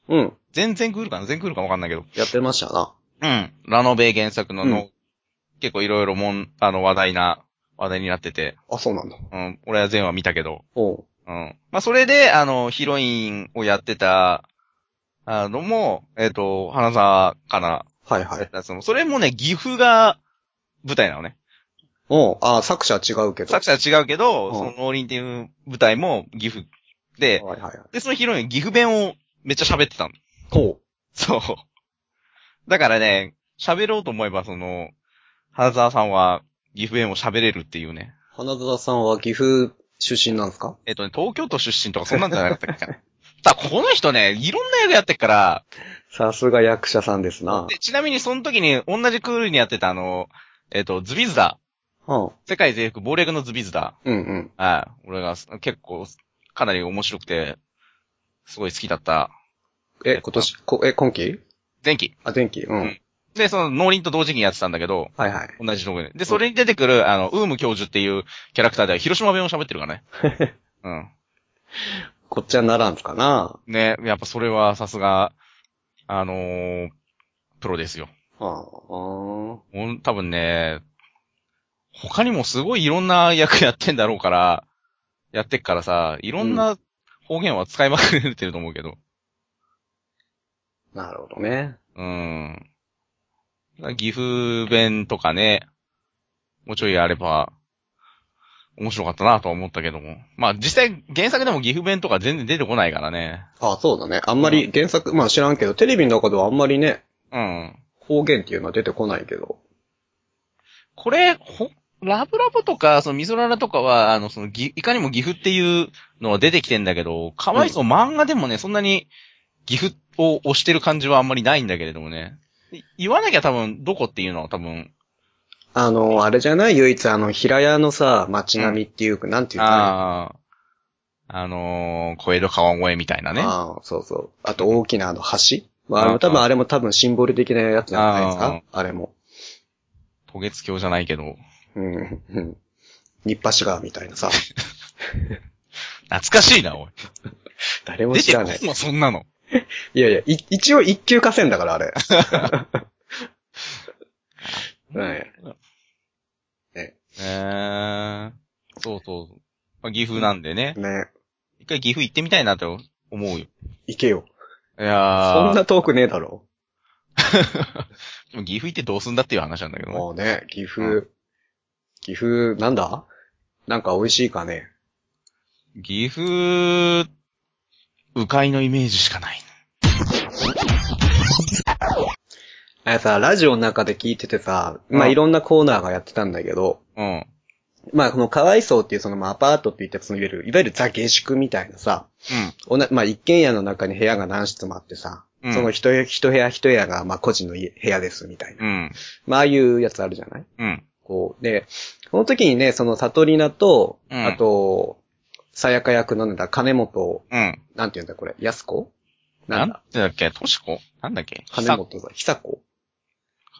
Speaker 1: ううん。
Speaker 2: 全然クールかな全クールかわかんないけど、
Speaker 1: やってましたな。
Speaker 2: うん。ラノベ原作のの、
Speaker 1: う
Speaker 2: 結構いろいろもん、あの、話題な、話題になってて、
Speaker 1: あ、そうなんだ。
Speaker 2: うん。俺は全話見たけど、
Speaker 1: おう。
Speaker 2: うん。まあ、それで、あの、ヒロインをやってた、あのも、えっ、と、花沢かな、
Speaker 1: はいはい。
Speaker 2: そのそれもね、岐阜が舞台なのね。
Speaker 1: おう。あ、作者は違うけど。
Speaker 2: 作者は違うけど、
Speaker 1: うん
Speaker 2: その農林っていう舞台も岐阜で、
Speaker 1: はいはいはい。
Speaker 2: で、そのヒロイン岐阜弁をめっちゃ喋ってたの。
Speaker 1: ほ
Speaker 2: そう。だからね、喋ろうと思えば、その、花沢さんは岐阜弁を喋れるっていうね。
Speaker 1: う。花沢さんは岐阜出身なんですか
Speaker 2: えっ、とね、東京都出身とかそんなんじゃなかっ たっけな。ただ、この人ね、いろんな役やってっから、
Speaker 1: さすが役者さんですな。
Speaker 2: でちなみにその時に同じクールにやってたあの、えっ、と、ズビズダ。
Speaker 1: うん。うん
Speaker 2: 世界征服暴力のズビズダ。
Speaker 1: うん。
Speaker 2: はい。俺が結構、かなり面白くて、すごい好きだった。
Speaker 1: え、今年、こえ、今期
Speaker 2: 前期。
Speaker 1: あ、前期うん。
Speaker 2: うんで、その、農林と同時期にやってたんだけど、
Speaker 1: はいはい。
Speaker 2: 同じとこで。で、それに出てくる、あの、ウーム教授っていうキャラクターでは広島弁を喋ってるからね。うん。
Speaker 1: こっちはならんすかな。
Speaker 2: ね、やっぱそれはさすが、あのープロですよ。
Speaker 1: ああ。
Speaker 2: もう多分ね、他にもすごいいろんな役やってんだろうから、やってっからさ、いろんな方言は使いまくれてると思うけど。
Speaker 1: なるほどね。
Speaker 2: うん。岐阜弁とかね、もうちょいあれば、面白かったなとは思ったけども。まあ実際原作でも岐阜弁とか全然出てこないからね。
Speaker 1: あそうだね。あんまり原作、まあ知らんけど、テレビの中ではあんまりね、
Speaker 2: うん。
Speaker 1: 方言っていうのは出てこないけど。
Speaker 2: これ、ほ、ラブラボとか、そのミソララとかは、あの、その、ぎいかにも岐阜っていうのは出てきてんだけど、かわいそう、漫画でもね、そんなに岐阜を推してる感じはあんまりないんだけれどもね。い言わなきゃ多分、どこっていうのは多分、
Speaker 1: あの、あれじゃない唯一あの、平屋のさ、街並みっていうか、なんていうか
Speaker 2: ああ、あのー、小江戸川越みたいな
Speaker 1: ね。
Speaker 2: ね。
Speaker 1: ああ、そうそう。あと大きなあの橋。まあ、あ
Speaker 2: あ
Speaker 1: の
Speaker 2: あ
Speaker 1: 多分あれも多分シンボル的なやつじゃないですかあれも。
Speaker 2: 渡月橋じゃないけど、
Speaker 1: うん、うん。日橋川みたいなさ。
Speaker 2: 懐かしいな、おい。
Speaker 1: 誰も
Speaker 2: 出
Speaker 1: 知
Speaker 2: て
Speaker 1: ら
Speaker 2: こ
Speaker 1: ない
Speaker 2: ん。の、そんなの。
Speaker 1: いやいや、い一応一級河川だから、あれ。 はい。
Speaker 2: えー、そうそう。まあ、岐阜なんでね。
Speaker 1: ね。
Speaker 2: 一回岐阜行ってみたいなと思うよ。
Speaker 1: 行けよ。
Speaker 2: いやー。
Speaker 1: そんな遠くねえだろ。
Speaker 2: でも岐阜行ってどうすんだっていう話なんだけどね。
Speaker 1: もうね、岐阜、
Speaker 2: う
Speaker 1: 岐阜、なんだなんか美味しいかね。
Speaker 2: 岐阜、迂回のイメージしかない。
Speaker 1: あれさ、ラジオの中で聞いててさ、まあ、
Speaker 2: うん
Speaker 1: いろんなコーナーがやってたんだけど、
Speaker 2: うん。
Speaker 1: まあ、このかわいそうっていうその、まあ、アパートって言ったそのいわゆる、いわゆるザ下宿みたいなさ、おな、まあ、一軒家の中に部屋が何室もあってさ、
Speaker 2: うん
Speaker 1: その一部屋、一部屋、一部屋が、まあ、個人の家部屋ですみたいな。
Speaker 2: うん。うん。
Speaker 1: まあ、ああいうやつあるじゃない
Speaker 2: うん。
Speaker 1: こう、で、その時にね、その、悟りなと、
Speaker 2: うん
Speaker 1: あと、さやか役なんだ、金本、
Speaker 2: うん。
Speaker 1: なんて言うんだこれ、安子な
Speaker 2: なんん
Speaker 1: だ
Speaker 2: てだっけとしこなんだっけ
Speaker 1: 金。本さ、久子
Speaker 2: 久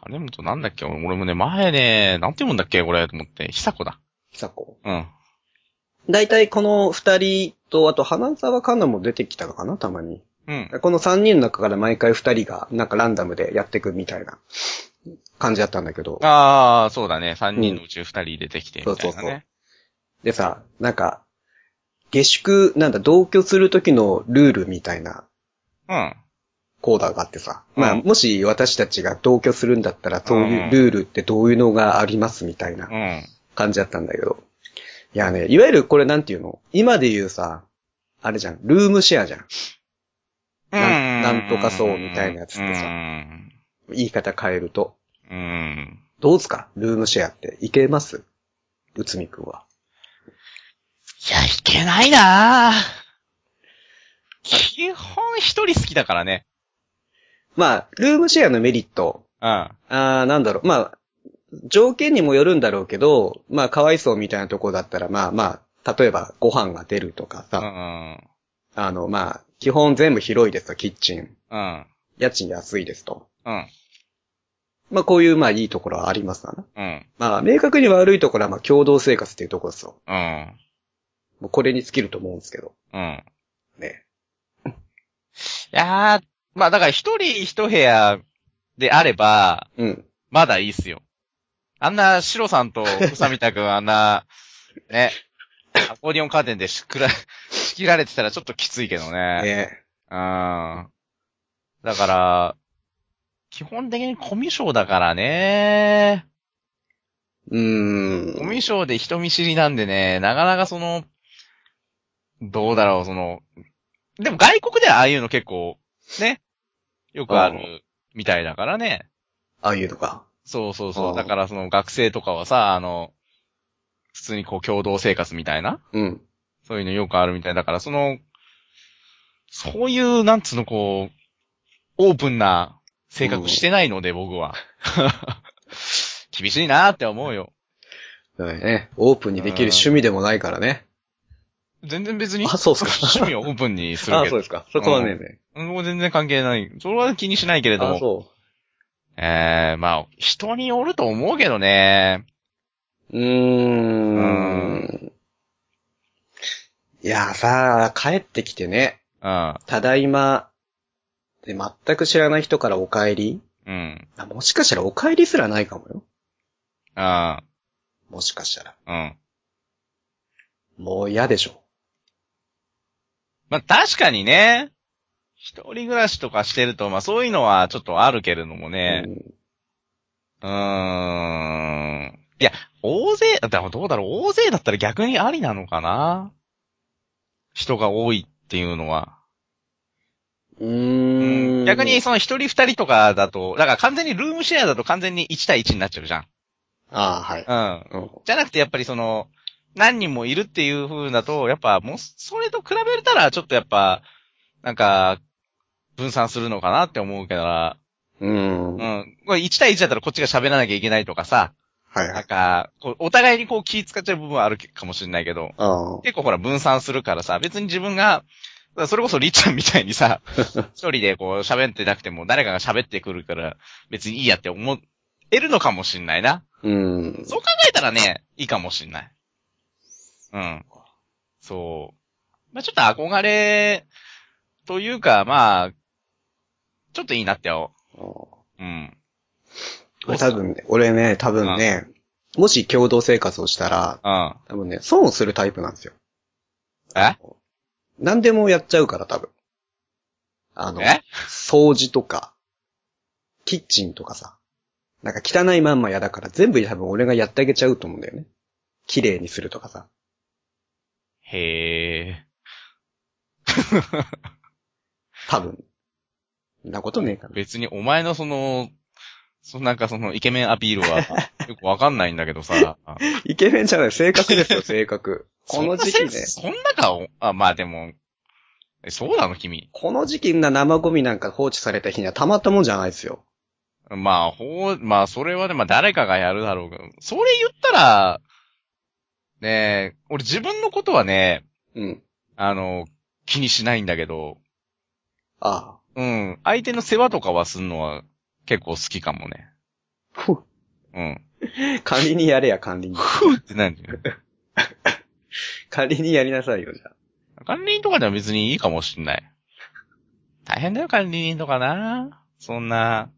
Speaker 2: 金本なんだっけ俺俺もね、前ね、なんて読むんだっけこれ、と思って。久子だ。
Speaker 1: 久子。
Speaker 2: うん。
Speaker 1: 大体この二人と、あと花沢香菜も出てきたのかな、たまに。
Speaker 2: うん。
Speaker 1: この三人の中から毎回二人が、なんかランダムでやってくみたいな感じだったんだけど。
Speaker 2: あー、そうだね。三人のうち二人出てきて、みたい
Speaker 1: そうそ
Speaker 2: な
Speaker 1: うそう
Speaker 2: ね。
Speaker 1: でさ、なんか、下宿、なんだ、同居する時のルールみたいな
Speaker 2: うん。
Speaker 1: コーダーがあってさ。まあ、
Speaker 2: うん
Speaker 1: もし私たちが同居するんだったら、そうい
Speaker 2: ん
Speaker 1: うルールってどういうのがありますみたいな
Speaker 2: うん。
Speaker 1: 感じだったんだけど。いやね、いわゆるこれなんていうの今で言うさ、あれじゃん、ルームシェアじゃん。なんなんとかそうみたいなやつってさ
Speaker 2: うん。
Speaker 1: 言い方変えると。
Speaker 2: うん。
Speaker 1: どうですかルームシェアって。いけますうつみくんは。
Speaker 2: いや、いけないなぁ。基本一人好きだからね。
Speaker 1: まあ、ルームシェアのメリット。
Speaker 2: うん。
Speaker 1: あーなんだろう。まあ、条件にもよるんだろうけど、まあ、かわいそうみたいなとこだったら、まあまあ、例えばご飯が出るとかさ、
Speaker 2: うん。
Speaker 1: あの、まあ、基本全部広いですと、キッチン。
Speaker 2: うん。
Speaker 1: 家賃安いですと。
Speaker 2: うん。
Speaker 1: まあ、こういう、まあ、いいところはありますわな。
Speaker 2: うん。
Speaker 1: まあ、明確に悪いところは、まあ、共同生活っていうところですよ。
Speaker 2: うん。
Speaker 1: もうこれに尽きると思うんですけど。
Speaker 2: うん。
Speaker 1: ね。
Speaker 2: いやー、まあだから一人一部屋であれば、
Speaker 1: うん。
Speaker 2: まだいいっすよ。あんな、シロさんと宇佐美太くんあん な、ね、アコーディオンカーテンでしくら、仕切られてたらちょっときついけどね。
Speaker 1: ね
Speaker 2: うん。だから、基本的にコミュ障だからね。
Speaker 1: うー
Speaker 2: コ
Speaker 1: ん。
Speaker 2: ミュ障で人見知りなんでね、なかなかその、どうだろう、その、でも外国ではああいうの結構、ね、よくあ
Speaker 1: う
Speaker 2: るみたいだからね。
Speaker 1: ああいうのが。
Speaker 2: そうそうそうう。
Speaker 1: ん
Speaker 2: だからその学生とかはさ、あの、普通にこう共同生活みたいな、
Speaker 1: うん。
Speaker 2: そういうのよくあるみたいだから、その、そういう、なんつうの、こう、オープンな性格してないので、僕は。厳しいなーって思うよ。
Speaker 1: ね。オープンにできる趣味でもないからね。
Speaker 2: 全然別に。
Speaker 1: あそうっすか
Speaker 2: 趣味をオープンにする
Speaker 1: あ
Speaker 2: け
Speaker 1: そう
Speaker 2: ど。
Speaker 1: ですか。そこはね、ね
Speaker 2: もう全然関係ない。それは気にしないけれど
Speaker 1: あ
Speaker 2: も。
Speaker 1: そ
Speaker 2: ええまあ、人によると思うけどね。
Speaker 1: う。うーん。いやーさあ、帰ってきてね、
Speaker 2: うん。
Speaker 1: ただいま、で、全く知らない人からお帰り
Speaker 2: うん。
Speaker 1: あもしかしたらお帰りすらないかもよ。
Speaker 2: あ
Speaker 1: もしかしたら。
Speaker 2: あ、うん。
Speaker 1: もう嫌でしょ。
Speaker 2: まあ確かにね。一人暮らしとかしてると、まあそういうのはちょっとあるけれどもね。
Speaker 1: うん
Speaker 2: うーん。いや、大勢、だからどうだろう。大勢だったら逆にありなのかな。人が多いっていうのは。
Speaker 1: うーん。
Speaker 2: 逆に、その一人二人とかだと、だから完全にルームシェアだと完全に1対1になっちゃうじゃん。
Speaker 1: ああ、はい。
Speaker 2: うん。
Speaker 1: うん
Speaker 2: じゃなくてやっぱりその、何人もいるっていう風だと、やっぱもう、それと比べたらちょっとやっぱ、なんか、分散するのかなって思うけどな。
Speaker 1: うん。
Speaker 2: う
Speaker 1: はい
Speaker 2: ん。これ1対1だったらこっちが喋らなきゃいけないとかさ、
Speaker 1: は
Speaker 2: なん
Speaker 1: い。
Speaker 2: か、こうお互いにこう気使っちゃう部分はあるかもしれないけど、
Speaker 1: ああ。
Speaker 2: 結構ほら分散するからさ、別に自分が、それこそりっちゃんみたいにさ、一人でこう喋ってなくても誰かが喋ってくるから別にいいやって思えるのかもしんないな。
Speaker 1: うん。
Speaker 2: そう考えたらね、いいかもしんない。うん。そう。まあちょっと憧れというか、まあちょっといいなってよ。うん。
Speaker 1: 俺多分ね、俺ね、多分ね、もし共同生活をしたら、
Speaker 2: うん。
Speaker 1: 多分ね、損をするタイプなんですよ。
Speaker 2: え
Speaker 1: 何でもやっちゃうから多分。あの、
Speaker 2: え
Speaker 1: 掃除とか、キッチンとかさ。なんか汚いまんま嫌だから全部多分俺がやってあげちゃうと思うんだよね。綺麗にするとかさ。
Speaker 2: へえ。
Speaker 1: 多分。そんなことねえかな。
Speaker 2: 別にお前のその、そのなんかそのイケメンアピール はよくわかんないんだけどさ。
Speaker 1: イケメンじゃない、性格です よ、性格。この時期ね、
Speaker 2: そんなか、あ、まあでも、えそうなの君。
Speaker 1: この時期な生ゴミなんか放置された日にはたまったもんじゃないですよ。
Speaker 2: まあ、ほう、まあそれはね、まあ誰かがやるだろうけど、それ言ったら、ねえ、俺自分のことはね、
Speaker 1: うん。
Speaker 2: あの、気にしないんだけど、
Speaker 1: あ
Speaker 2: うん、相手の世話とかはすんのは結構好きかもね。
Speaker 1: あ。ふ
Speaker 2: うん。
Speaker 1: 管理人やれや、管理人。
Speaker 2: ふうってなんていうの
Speaker 1: 管理人やりなさいよ、じゃあ。
Speaker 2: 管理人とかでは別にいいかもしんない。大変だよ、管理人とかな。そんな、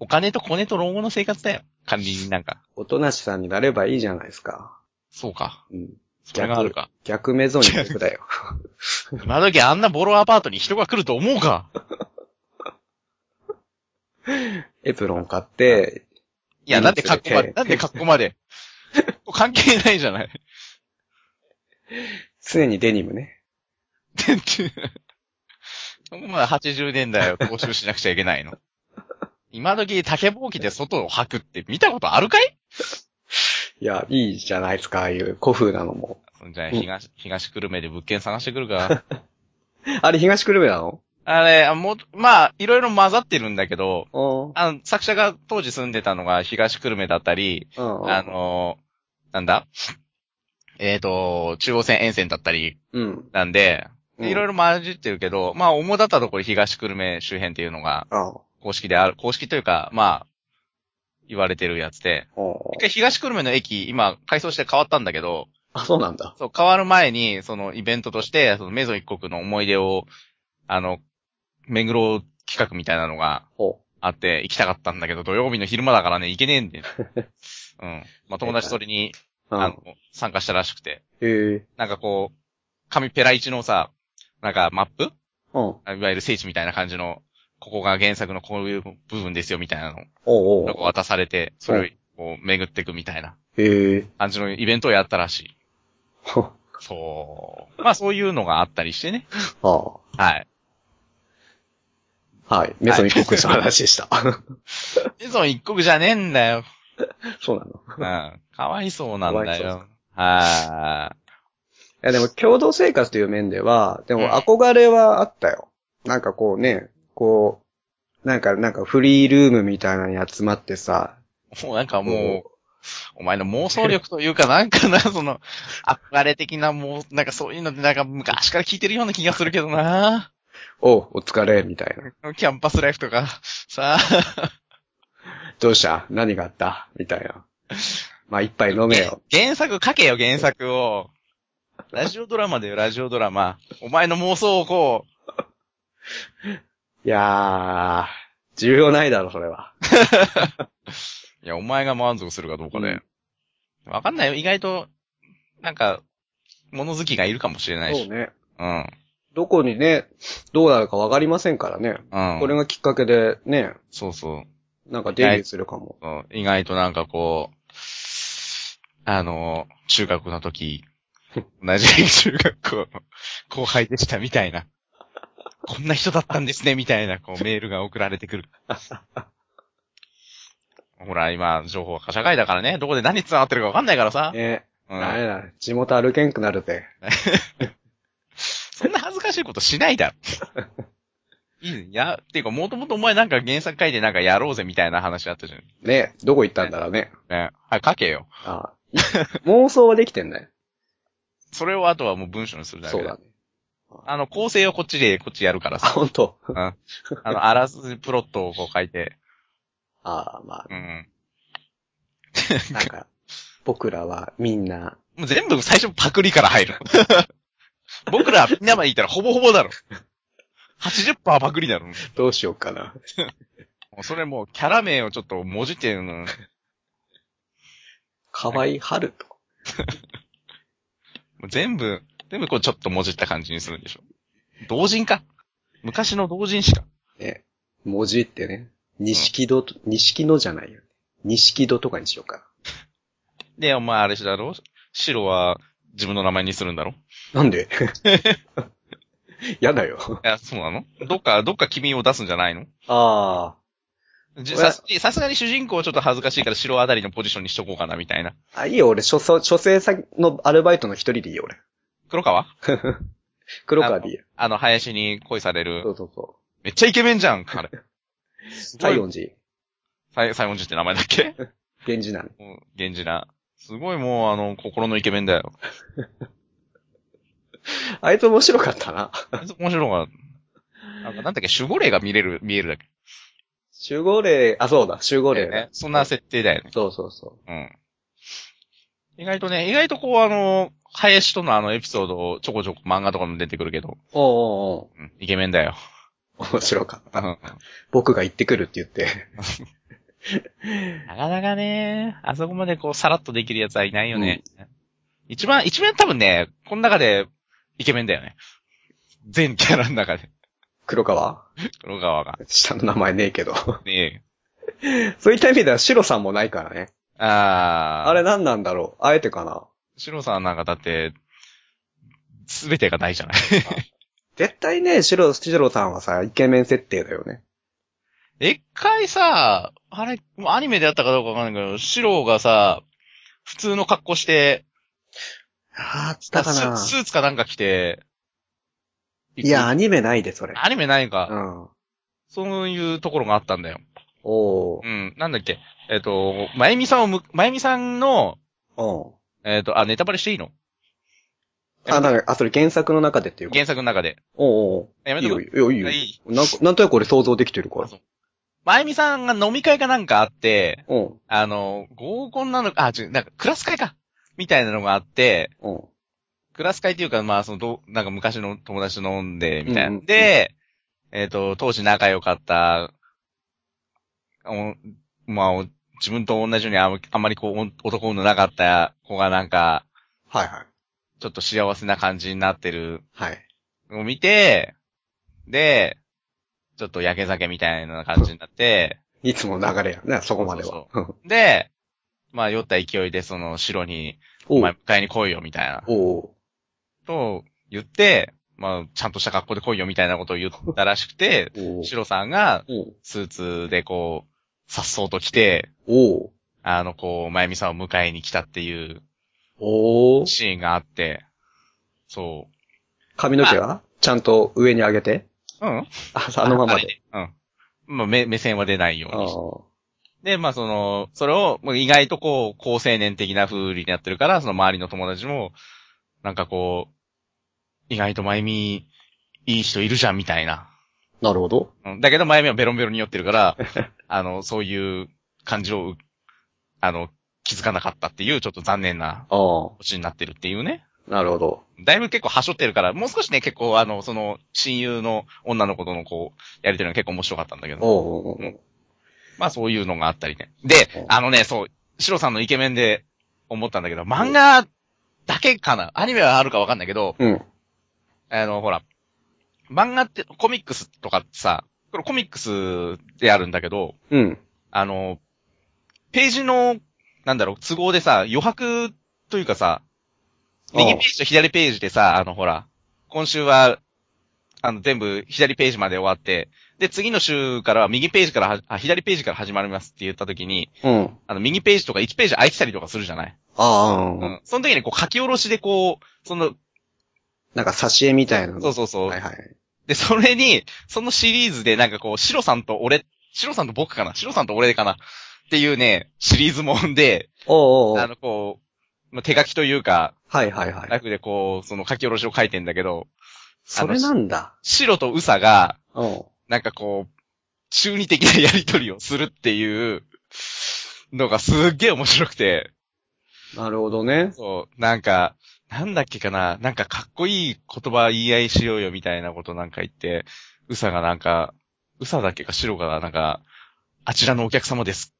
Speaker 2: お金とコネと老後の生活だよ。管理人なんか。
Speaker 1: おとなしさんになればいいじゃないですか。
Speaker 2: そうか。
Speaker 1: うん。
Speaker 2: それがあるか。
Speaker 1: 逆メゾンに僕 だよ。
Speaker 2: 今時あんなボロアパートに人が来ると思うか。
Speaker 1: エプロン買って、
Speaker 2: いや、なんで格好まで、
Speaker 1: うん
Speaker 2: なんで格好まで。関係ないじゃない。
Speaker 1: 常にデニムね。
Speaker 2: ってそこまで80年代を踏襲しなくちゃいけないの。今時竹ぼうきで外を吐くって見たことあるかい
Speaker 1: いや、いいじゃないですか、ああいう古風なのも。
Speaker 2: そんじゃあ、東、東久留米で物件探してくるか。
Speaker 1: あれ、東久留米なの
Speaker 2: あれ、あもう、まあ、いろいろ混ざってるんだけど、
Speaker 1: うん。
Speaker 2: あの、作者が当時住んでたのが東久留米だったり、
Speaker 1: うん。
Speaker 2: あ、のなんだえっ、と、中央線沿線だったり、
Speaker 1: うん。
Speaker 2: なんで、
Speaker 1: うん
Speaker 2: いろいろ混じってるけど、まあ、主だったところ東久留米周辺っていうのが
Speaker 1: ああ。
Speaker 2: 公式である、公式というか、まあ、言われてるやつで、
Speaker 1: うん
Speaker 2: 一回東久留米の駅、今、改装して変わったんだけど、
Speaker 1: あ、そうなんだ。
Speaker 2: そう、変わる前に、そのイベントとして、そのメゾン一国の思い出を、あの、巡ろう企画みたいなのが
Speaker 1: ほ
Speaker 2: あって、行きたかったんだけど、土曜日の昼間だからね、行けねえんで。 うん。まあ、友達それに、
Speaker 1: う。う
Speaker 2: あ
Speaker 1: ん
Speaker 2: の。、参加したらしくて。
Speaker 1: へえ。
Speaker 2: なんかこう、紙ペラ一のさ、なんかマップ
Speaker 1: うん。おう
Speaker 2: あいわゆる聖地みたいな感じの、ここが原作のこういう部分ですよ、みたいなの
Speaker 1: おう
Speaker 2: を渡されて、それをこう巡っていくみたいな
Speaker 1: へ え。
Speaker 2: 感じのイベントをやったらしい。
Speaker 1: は
Speaker 2: そう。まあそういうのがあったりしてね。
Speaker 1: あ
Speaker 2: はい。
Speaker 1: あ。はい。メソン一国の話で した。
Speaker 2: メゾン一国じゃねえんだよ。
Speaker 1: そうなの。い
Speaker 2: うん。かわいそうなん
Speaker 1: かわい
Speaker 2: だ
Speaker 1: そうで
Speaker 2: よ。は
Speaker 1: や、でも共同生活という面では、で
Speaker 2: うん
Speaker 1: も憧れはあったよ。なんかこうね、こう、なんか、なんかフリールームみたいなのに集まってさ、
Speaker 2: い。もうなんかもう、お前の妄想力というかなんかな、その、憧れ的なもう、なんかそういうのってなんか昔から聞いてるような気がするけどな。
Speaker 1: おう、お疲れ、みたいな。
Speaker 2: キャンパスライフとか、さあ、
Speaker 1: どうした何があったみたいな。まあ、一杯飲め よ。
Speaker 2: 原作書けよ原作を。ラジオドラマだよラジオドラマ。お前の妄想をこう、
Speaker 1: いやー、重要ないだろ、それは。
Speaker 2: いや、お前が満足するかどうかね。わ、かんないよ。意外と、なんか、物好きがいるかもしれない
Speaker 1: そう
Speaker 2: し。
Speaker 1: ね。
Speaker 2: うん。
Speaker 1: どこにね、どうなるかわかりませんからね。
Speaker 2: うん。
Speaker 1: これがきっかけでね、
Speaker 2: そうそう
Speaker 1: なんかデビューするか も。
Speaker 2: うん。意外となんかこう、あの、中学 の時、同じ中学校の後輩でしたみたいな。こんな人だったんですね、みたいな、こう、メールが送られてくる。ほら、今、情報は社会だからね、どこで何繋がってるかわかんないからさ。
Speaker 1: ね、
Speaker 2: う
Speaker 1: ダ
Speaker 2: ん。
Speaker 1: メだ。地元歩けんくなるぜ。
Speaker 2: そんな恥ずかしいことしないだろ。 いいや、ていうか、もともとお前なんか原作書いてなんかやろうぜみたいな話あったじゃん。
Speaker 1: ね、どこ行ったんだろうね。
Speaker 2: ね。はい、書けよ。
Speaker 1: ああ妄想はできてんね。
Speaker 2: それをあとはもう文章にするだけ
Speaker 1: そう
Speaker 2: だ
Speaker 1: だね。
Speaker 2: あの、構成をこっちで、こっちやるから
Speaker 1: あ、
Speaker 2: さ。
Speaker 1: ほんと。
Speaker 2: あの、あらすじプロットをこう書いて。
Speaker 1: ああ、ま
Speaker 2: うん。
Speaker 1: あ、なんか、 僕らはみんな、
Speaker 2: もう全部最初パクリから入る。 僕らみんなまで言ったらほぼ ほぼだろ。80%パクリだろ。も
Speaker 1: どうしようかな。
Speaker 2: うそれもうキャラ名をちょっと文字っていうの。
Speaker 1: 河合春と。
Speaker 2: もう全部、全部こうちょっともじった感じにするんでしょ。同人か昔の同人誌か。
Speaker 1: ね。文字ってね、錦戸と、錦のじゃないよ。錦戸とかにしようか。
Speaker 2: で、お前あれだろ白は自分の名前にするんだろ
Speaker 1: なんで やだよ。
Speaker 2: いや、そうなのど っか、どっか君を出すんじゃないの
Speaker 1: あ
Speaker 2: じ
Speaker 1: 俺は
Speaker 2: さすさすがに主人公はちょっと恥ずかしいから白あたりのポジションにしとこうかな、みたいな。
Speaker 1: あ。あ、いいよ、俺、書書生先のアルバイトの一人でいいよ、俺。
Speaker 2: 黒川
Speaker 1: 黒川でいいよ。
Speaker 2: あの、林に恋され
Speaker 1: そ
Speaker 2: る。
Speaker 1: うそうそ
Speaker 2: めっちゃイケメンじゃん、彼。
Speaker 1: う。西園寺、
Speaker 2: サイサイモンジって名前だっけ
Speaker 1: 源氏なん
Speaker 2: もう、源氏な。すごいもう、あの、心のイケメ ンだよ。
Speaker 1: あいつ面白かったな。
Speaker 2: あいつ面白いが、なんかなんだっけ、守護霊が見れる、見えるだっけ。
Speaker 1: 集合霊、あ、そうだ、集合霊だ。
Speaker 2: ね。そんな設定だよね。
Speaker 1: そうそうそ
Speaker 2: うん。意外とね、意外とこう、あの、林とのあのエピソードをちょこちょこ漫画とかにも出てくるけど、
Speaker 1: う。おうおう
Speaker 2: うん、イケメンだよ。
Speaker 1: おう面白かっ
Speaker 2: う
Speaker 1: た。
Speaker 2: ん
Speaker 1: 僕が行ってくるって言って。
Speaker 2: なかなかね、あそこまでこう、さらっとできるやつはいないよね。一番、一番多分ね、この中で、イケメンだよね。全キャラの中で、
Speaker 1: 黒川
Speaker 2: 黒川が。
Speaker 1: 下の名前ねえけど。
Speaker 2: ね
Speaker 1: そういった意味では白さんもないからね。
Speaker 2: え。あー。
Speaker 1: あれ何なんだろうあえてかな
Speaker 2: シロさんなんかだって、すべてがないじゃない。
Speaker 1: 絶対ね、白、白さんはさ、イケメン設定だよね。
Speaker 2: 一回さ、あれ、もうアニメであったかどうかわかんないけど、シロがさ、普通の格好して、
Speaker 1: あっ
Speaker 2: ススーツかなんか着て、
Speaker 1: いや、、アニメないで、それ。
Speaker 2: アニメないか、
Speaker 1: うん。
Speaker 2: そういうところがあったんだよ。
Speaker 1: おー
Speaker 2: うん、なんだっけ。えっ、と、まゆみさんをむ、まゆみさんの、
Speaker 1: うん。
Speaker 2: えっ、と、あ、ネタバレしていいの
Speaker 1: あ、なんか、あ、それ原作の中でっていうか。
Speaker 2: 原作の中で。
Speaker 1: おうおう
Speaker 2: や
Speaker 1: おう
Speaker 2: め
Speaker 1: いい
Speaker 2: と
Speaker 1: よ、
Speaker 2: く
Speaker 1: いいよ、いいよ。
Speaker 2: いい
Speaker 1: なんかなんとなく俺想像できてるから
Speaker 2: あ。そうまゆみさんが飲み会かなんかあって、
Speaker 1: うん。
Speaker 2: あの、合コンなのか、あ、違う、なんかクラス会かみたいなのがあって、
Speaker 1: うん。
Speaker 2: クラス会っていうか、まあ、その、どう、なんか昔の友達と飲んで、みたいな。
Speaker 1: うんうん
Speaker 2: で、えっ、と、当時仲良かった、おまあ、お自分と同じようにあんあんまりこう、お男運のなかった子がなんか、
Speaker 1: はいはい。
Speaker 2: ちょっと幸せな感じになってる
Speaker 1: はい。
Speaker 2: のを見て、で、ちょっと焼け酒みたいな感じになって、
Speaker 1: いつもの流れやね、そこまでは。
Speaker 2: そう
Speaker 1: うん
Speaker 2: で、まあ、酔った勢いで、その、城に、
Speaker 1: お
Speaker 2: お
Speaker 1: う
Speaker 2: 前、迎えに来いよ、みたいな。
Speaker 1: おう、
Speaker 2: と、言って、まあ、ちゃんとした格好で来いよ、みたいなことを言ったらしくて
Speaker 1: おう
Speaker 2: シロさんが、
Speaker 1: おう
Speaker 2: スーツでこう、さっそうと来て、
Speaker 1: おう
Speaker 2: あの、こう、まゆみさんを迎えに来たっていう
Speaker 1: おう
Speaker 2: シーンがあって、そ
Speaker 1: 髪の毛はちゃんと上に上げて
Speaker 2: う。うん
Speaker 1: あ、あのままで。。
Speaker 2: あれねうん。まあ、目、目線は出ないよう
Speaker 1: あ
Speaker 2: に
Speaker 1: あ
Speaker 2: して。で、まあ、その、それを、もう意外とこう、高青年的な風になってるから、その周りの友達も、なんかこう、意外とまゆみ、いい人いるじゃん、みたいな。
Speaker 1: なるほど。
Speaker 2: うんだけど、前目はベロンベロンに酔ってるから、あの、そういう感じを、あの、気づかなかったっていう、ちょっと残念な
Speaker 1: あ
Speaker 2: オチになってるっていうね。
Speaker 1: あ、なるほど。
Speaker 2: だいぶ結構はしょってるから、もう少しね、結構あの、その、親友の女の子とのこう、やりとりが結構面白かったんだけど、
Speaker 1: おうおうおう
Speaker 2: まあそういうのがあったりね。で
Speaker 1: うん、
Speaker 2: あのね、そう、シロさんのイケメンで思ったんだけど、漫画だけかなアニメはあるかわかんないけど、
Speaker 1: うん。
Speaker 2: あの、ほら、漫画って、コミックスとかってさ、これコミックスであるんだけど、
Speaker 1: うん。
Speaker 2: あの、ページの、なんだろう、都合でさ、余白というかさ、右ページと左ページでさ、あの、ほら、今週は、あの、全部左ページまで終わって、で、次の週からは右ページからはあ、左ページから始まりますって言った時に、
Speaker 1: うん。
Speaker 2: あの、右ページとか1ページ空いてたりとかするじゃない
Speaker 1: ああ、
Speaker 2: う
Speaker 1: うん。
Speaker 2: ん。その時にこう書き下ろしでこう、その、
Speaker 1: なんか挿絵みたいなの。
Speaker 2: そうそうそう。
Speaker 1: はいはい。
Speaker 2: で、それに、そのシリーズでなんかこう、シロさんと俺、シロさんと僕かなシロさんと俺かなっていうね、シリーズもんで、
Speaker 1: おうおうお
Speaker 2: あ
Speaker 1: う
Speaker 2: の、こう、まあ、手書きというか、
Speaker 1: はいはいはい。
Speaker 2: 楽でこう、その書き下ろしを書いてんだけど、
Speaker 1: それなんだ。
Speaker 2: 白とウサが、
Speaker 1: おう
Speaker 2: なんかこう、中二的なやりとりをするっていうのがすっげえ面白くて、
Speaker 1: なるほどね。
Speaker 2: そう、なんか、なんだっけかな、なんかかっこいい言葉言い合いしようよみたいなことなんか言って、ウサがなんか、ウサだっけか白がなんか、あちらのお客様です。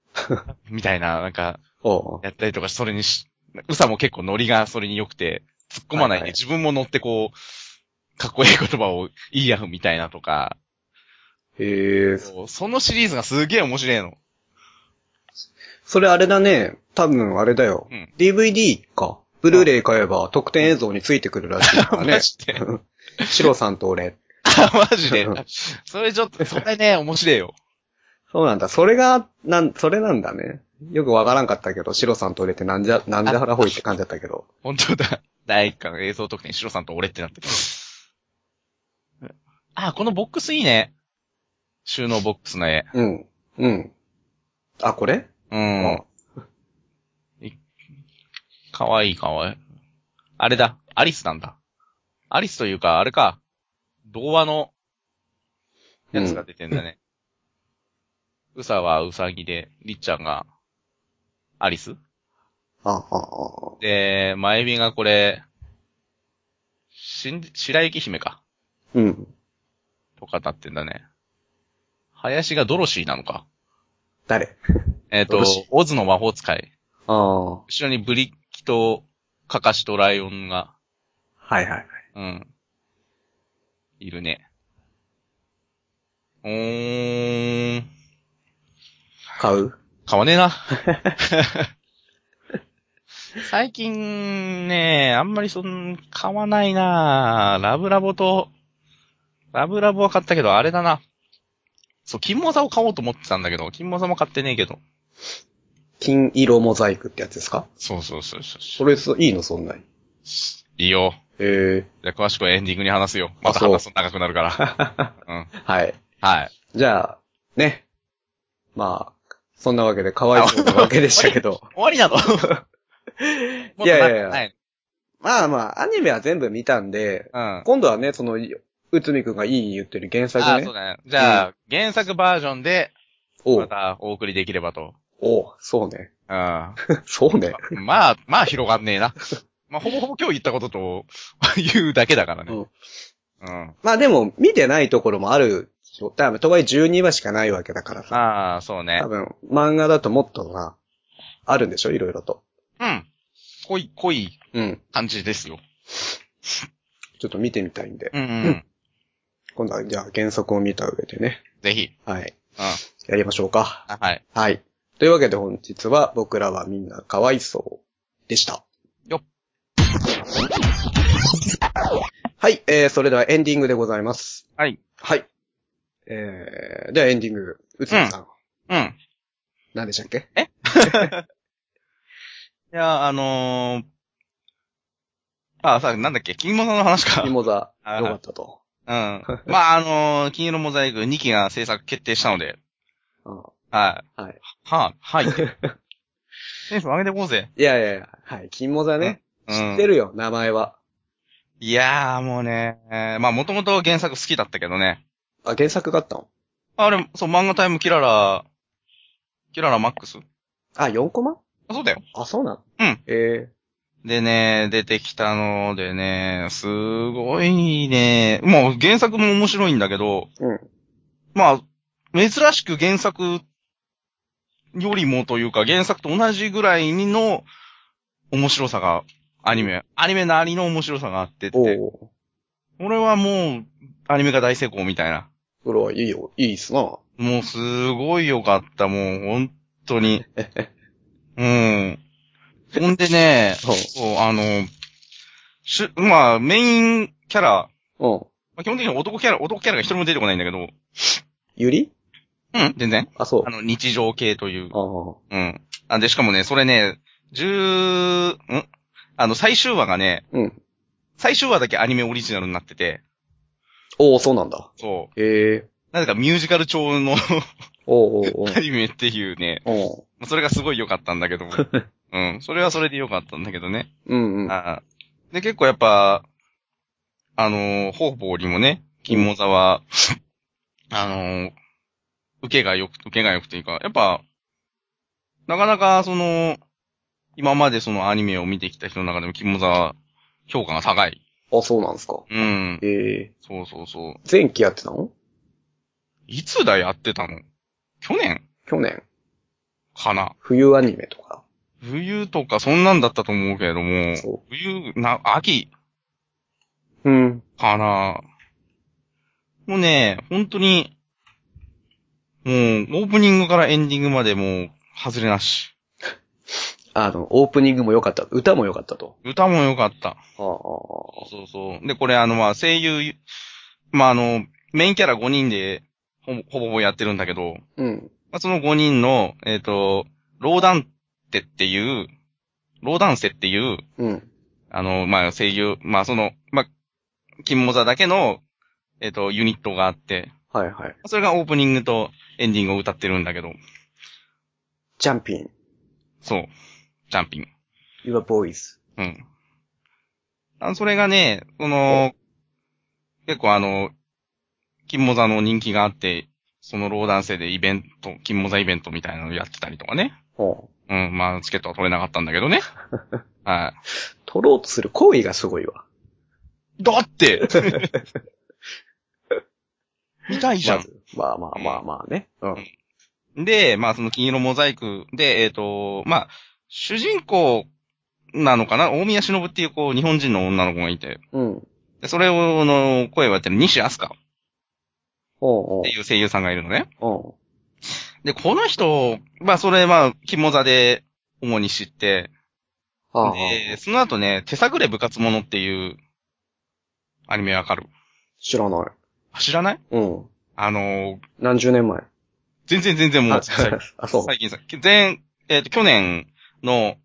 Speaker 2: みたいな、なんか、
Speaker 1: おう
Speaker 2: やったりとか、それにし、ウサも結構ノリがそれに良くて、突っ込まな
Speaker 1: は
Speaker 2: いで、
Speaker 1: いはい
Speaker 2: 自分も乗ってこう、かっこいい言葉を言い合うみたいなとか、
Speaker 1: へえ。
Speaker 2: そうそのシリーズがすげえ面白いの。
Speaker 1: それあれだね。多分あれだよ。
Speaker 2: うん
Speaker 1: DVD か。ブルーレイ買えば特典映像についてくるらしいからね。
Speaker 2: マジで。
Speaker 1: シロさんと俺。
Speaker 2: あマジで。それちょっと、それね、面白いよ。
Speaker 1: そうなんだ。それが、なん、それなんだね。よくわからんかったけど、シロさんと俺ってなんじゃ、なんじゃらほいって感じだったけど。
Speaker 2: 本当だ。第一巻映像特典、シロさんと俺ってなってる。あ、このボックスいいね。収納ボックスの絵。
Speaker 1: うん。うん。あ、これ
Speaker 2: う
Speaker 1: うん
Speaker 2: ん。かわいいかわいい。あれだ。アリスなんだ。アリスというか、あれか。童話のやつが出てんだね。うさはうさぎで、りっちゃんがアリス
Speaker 1: あ、あ、あ、
Speaker 2: で、まゆみがこれ、しん、白雪姫か。
Speaker 1: うん。
Speaker 2: とかなってんだね。林がドロシーなのか。
Speaker 1: 誰
Speaker 2: えっ、
Speaker 1: ド
Speaker 2: と
Speaker 1: ロシー、
Speaker 2: オズの魔法使い。
Speaker 1: ああ。は
Speaker 2: 後ろにブリッキと、カカシとライオンが、
Speaker 1: いはいはい。
Speaker 2: うん。いるね。うーん。
Speaker 1: 買う
Speaker 2: 買わね えな。最近ね、あんまりそん、買わないなラブラボと、ラブラボは買ったけど、あれだな。そう、金モザを買おうと思ってたんだけど、金モザも買ってねえけど。
Speaker 1: 金色モザイクってやつですか
Speaker 2: そうそうそうそうそ
Speaker 1: それ、そいいのそんなに。
Speaker 2: う。いいよ。
Speaker 1: え
Speaker 2: じゃあ詳しくはエンディングに話すよ。また
Speaker 1: あそう
Speaker 2: 話すと長くなるから。 うん。
Speaker 1: えはい。
Speaker 2: はい。
Speaker 1: じゃあ、ね。まあ、そんなわけで、かわいそうなわけでしたけど。
Speaker 2: 終わりなの
Speaker 1: いやいやいや
Speaker 2: もっと長く ない
Speaker 1: まあまあ、アニメは全部見たんで、
Speaker 2: うん。
Speaker 1: 今度はね、その、内海くんがいいに言ってる原
Speaker 2: あ
Speaker 1: 作
Speaker 2: そ
Speaker 1: ね。
Speaker 2: うだね。じゃあ、原作バージョンで、
Speaker 1: お
Speaker 2: ま
Speaker 1: う、
Speaker 2: たお送りできればと。
Speaker 1: おう、そうね。
Speaker 2: うん。 ま
Speaker 1: そうね。
Speaker 2: あ、まあ広がんねえな。まあ、ほぼほぼ今日言ったことと言うだけだからね。うん。
Speaker 1: まあでも、見てないところもある。多分、とはいえ12話しかないわけだからさ。
Speaker 2: ああ、そうね
Speaker 1: 多。分、漫画だともっとな、あるんでしょいろいろと。
Speaker 2: うん。濃い、濃い
Speaker 1: うん。
Speaker 2: 感じですよ。
Speaker 1: ちょっと見てみたいんで。
Speaker 2: うんうん。
Speaker 1: 今度は、じゃあ原作を見た上でね。
Speaker 2: ぜひ。
Speaker 1: はい。
Speaker 2: うん。
Speaker 1: やりましょうか。
Speaker 2: あはい。
Speaker 1: はい。というわけで本日は僕らはみんなかわいそうでした。
Speaker 2: よっ
Speaker 1: はい、えー、それではエンディングでございます。
Speaker 2: はい。
Speaker 1: はい。えー、ではエンディング、うつみさん、
Speaker 2: うん。
Speaker 1: 何でしたっけ
Speaker 2: いや、あのー、あ、さ、なんだっけ、金物の話か。うん。
Speaker 1: 芋 座、
Speaker 2: あ
Speaker 1: よかったと。
Speaker 2: まあ、あのー、金色モザイク2期が制作決定したので、
Speaker 1: うん
Speaker 2: はい。
Speaker 1: はい。
Speaker 2: はあ、はい。テンション上げてこうぜ。
Speaker 1: いやいやいや、はい、金モザね、
Speaker 2: うん
Speaker 1: 知ってるよ、名前は。
Speaker 2: いやーもうね、えーまあもともと原作好きだったけどね。
Speaker 1: あ、原作があったの
Speaker 2: あれ、そう、漫画タイムキララ、キララマックス
Speaker 1: あ、4コマ
Speaker 2: あそうだよ。
Speaker 1: あ、そうなの
Speaker 2: うん。
Speaker 1: え
Speaker 2: でね、出てきたのでね、すごいね。もう原作も面白いんだけど、
Speaker 1: ー、うん。
Speaker 2: まあ、珍しく原作よりもというか、原作と同じぐらいの面白さが、アニメ、アニメなりの面白さがあってって、
Speaker 1: おー。
Speaker 2: 俺はもう、アニメが大成功みたいな。
Speaker 1: これはいいよ、いいっすな。
Speaker 2: もうすごい良かった、もう、本当に。うん。ほんでね、
Speaker 1: うん
Speaker 2: そう、あの、しゅ、まあ、メインキャラ、
Speaker 1: うん。
Speaker 2: まあ、基本的に男キャラ、男キャラが一人も出てこないんだけど、
Speaker 1: ゆり
Speaker 2: うん、全然。
Speaker 1: あ、そう
Speaker 2: あ。の、日常系という。
Speaker 1: あ
Speaker 2: うん。あ、で、しかもね、それね、十、んあの、最終話がね、
Speaker 1: あ。うん。
Speaker 2: 最終話だけアニメオリジナルになってて、
Speaker 1: おー、そうなんだ。
Speaker 2: そ
Speaker 1: ええ
Speaker 2: う。なぜかミュージカル調の
Speaker 1: おー、お
Speaker 2: ア
Speaker 1: ー、
Speaker 2: ニメっていうね、
Speaker 1: おー。 おー
Speaker 2: まあそれがすごい良かったんだけども。うん。それはそれで良かったんだけどね。
Speaker 1: うんうん。
Speaker 2: あーで、結構やっぱ、あのー、方々にもね、金門座は、あのー、受けが良く、受けが良くというか、やっぱ、なかなかその、今までそのアニメを見てきた人の中でも金門座は評価が高い。
Speaker 1: あ、そうなんですか。
Speaker 2: うん。
Speaker 1: ええ
Speaker 2: そうそうそう。
Speaker 1: 前期やってたの
Speaker 2: いつだやってたの去年
Speaker 1: 去年、
Speaker 2: かな
Speaker 1: 冬アニメとか。
Speaker 2: 冬とかそんなんだったと思うけれども、
Speaker 1: そ
Speaker 2: 冬、な、秋、
Speaker 1: うん。
Speaker 2: かな。もうね、本当に、もう、オープニングからエンディングまでもう、外れなし。
Speaker 1: あの、オープニングも良かった。歌も良かったと。
Speaker 2: 歌も良かった。
Speaker 1: ああ。
Speaker 2: そうそう。で、これあの、まあ、声優、まあ、あの、メインキャラ5人で、ほぼ、ほぼほぼやってるんだけど、
Speaker 1: うん。
Speaker 2: まあ、その5人の、えっ、と、ローダンテっていう、ローダンセっていう、
Speaker 1: うん。
Speaker 2: あの、まあ、声優、まあ、その、まあ、金モザだけの、えっ、と、ユニットがあって、
Speaker 1: はいはい。
Speaker 2: それがオープニングとエンディングを歌ってるんだけど、
Speaker 1: ジャンピン、
Speaker 2: そう。ジャンピン。
Speaker 1: Your Boys。
Speaker 2: うん。あそれがね、その、結構あの、金モザの人気があって、そのローダン生でイベント、金モザイベントみたいなのやってたりとかね。
Speaker 1: ほう。
Speaker 2: うん、まあ、チケットは取れなかったんだけどね。は
Speaker 1: 取ろうとする行為がすごいわ。
Speaker 2: い。だって見たいじゃ
Speaker 1: ま
Speaker 2: ん。
Speaker 1: ず。まあまあまあまあね。うん。
Speaker 2: で、まあ、その金色モザイクで、えっ、と、まあ、主人公なのかな大宮忍っていうこう、日本人の女の子がいて、
Speaker 1: うん。
Speaker 2: でそれを、の、声をやってる西飛鳥っ
Speaker 1: ほう
Speaker 2: ていう声優さんがいるのね。
Speaker 1: ほ
Speaker 2: で、この人、まあ、それ、まあ、肝座で、主に知って、
Speaker 1: う。はあ、は
Speaker 2: で、
Speaker 1: あ。
Speaker 2: その後ね、手探れ部活者っていう、アニメわかる
Speaker 1: 知らない。
Speaker 2: あ知らない
Speaker 1: うん。
Speaker 2: あのー、
Speaker 1: 何十年前。
Speaker 2: 全然全然もう、
Speaker 1: あ
Speaker 2: つい最近、
Speaker 1: あ、そう。
Speaker 2: 最近さ、前、えっ、と、去年の、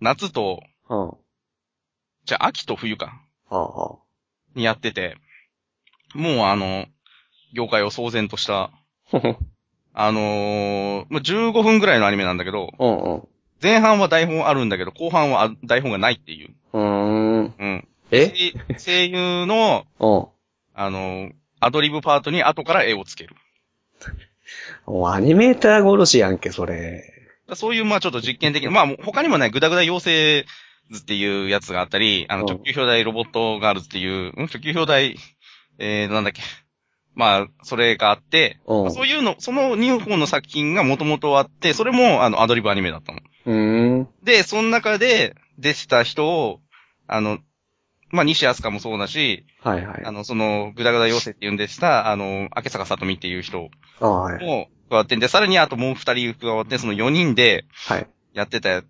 Speaker 2: 夏と、
Speaker 1: うん。は
Speaker 2: じゃあ、秋と冬か。
Speaker 1: あ、は
Speaker 2: にやってて、もうあの、業界を騒然とした、
Speaker 1: あ。うん
Speaker 2: あのー、まあ15分ぐらいのアニメなんだけど、
Speaker 1: うん。
Speaker 2: 前半は台本あるんだけど、後半はあ台本がないっていう。
Speaker 1: うーん。
Speaker 2: うん。
Speaker 1: え
Speaker 2: 声声優の、
Speaker 1: うん。も
Speaker 2: あのー、アドリブパートに後から絵をつける。
Speaker 1: うアニメーター殺しやんけ、それ。
Speaker 2: そういう、まあちょっと実験的な、まあもう他にもね、グダグダ養成図っていうやつがあったり、あ
Speaker 1: う
Speaker 2: の、
Speaker 1: ん
Speaker 2: 直球表題ロボットガールズっていう、うん、直球表題、えー、なんだっけ。まあ、それがあって、
Speaker 1: うん。
Speaker 2: そういうの、その2本の作品がもともとあって、それもあのアドリブアニメだったの。
Speaker 1: うーん。
Speaker 2: で、その中で出てた人を、あの、まあ、西飛鳥もそうだし、
Speaker 1: はいはい。
Speaker 2: あの、その、ぐだぐだ妖精って言うんでした、あの、明坂さとみっていう人も
Speaker 1: あはい。
Speaker 2: 加わってんで、さらにあともう二人加わって、その4人で
Speaker 1: はい。
Speaker 2: やってた。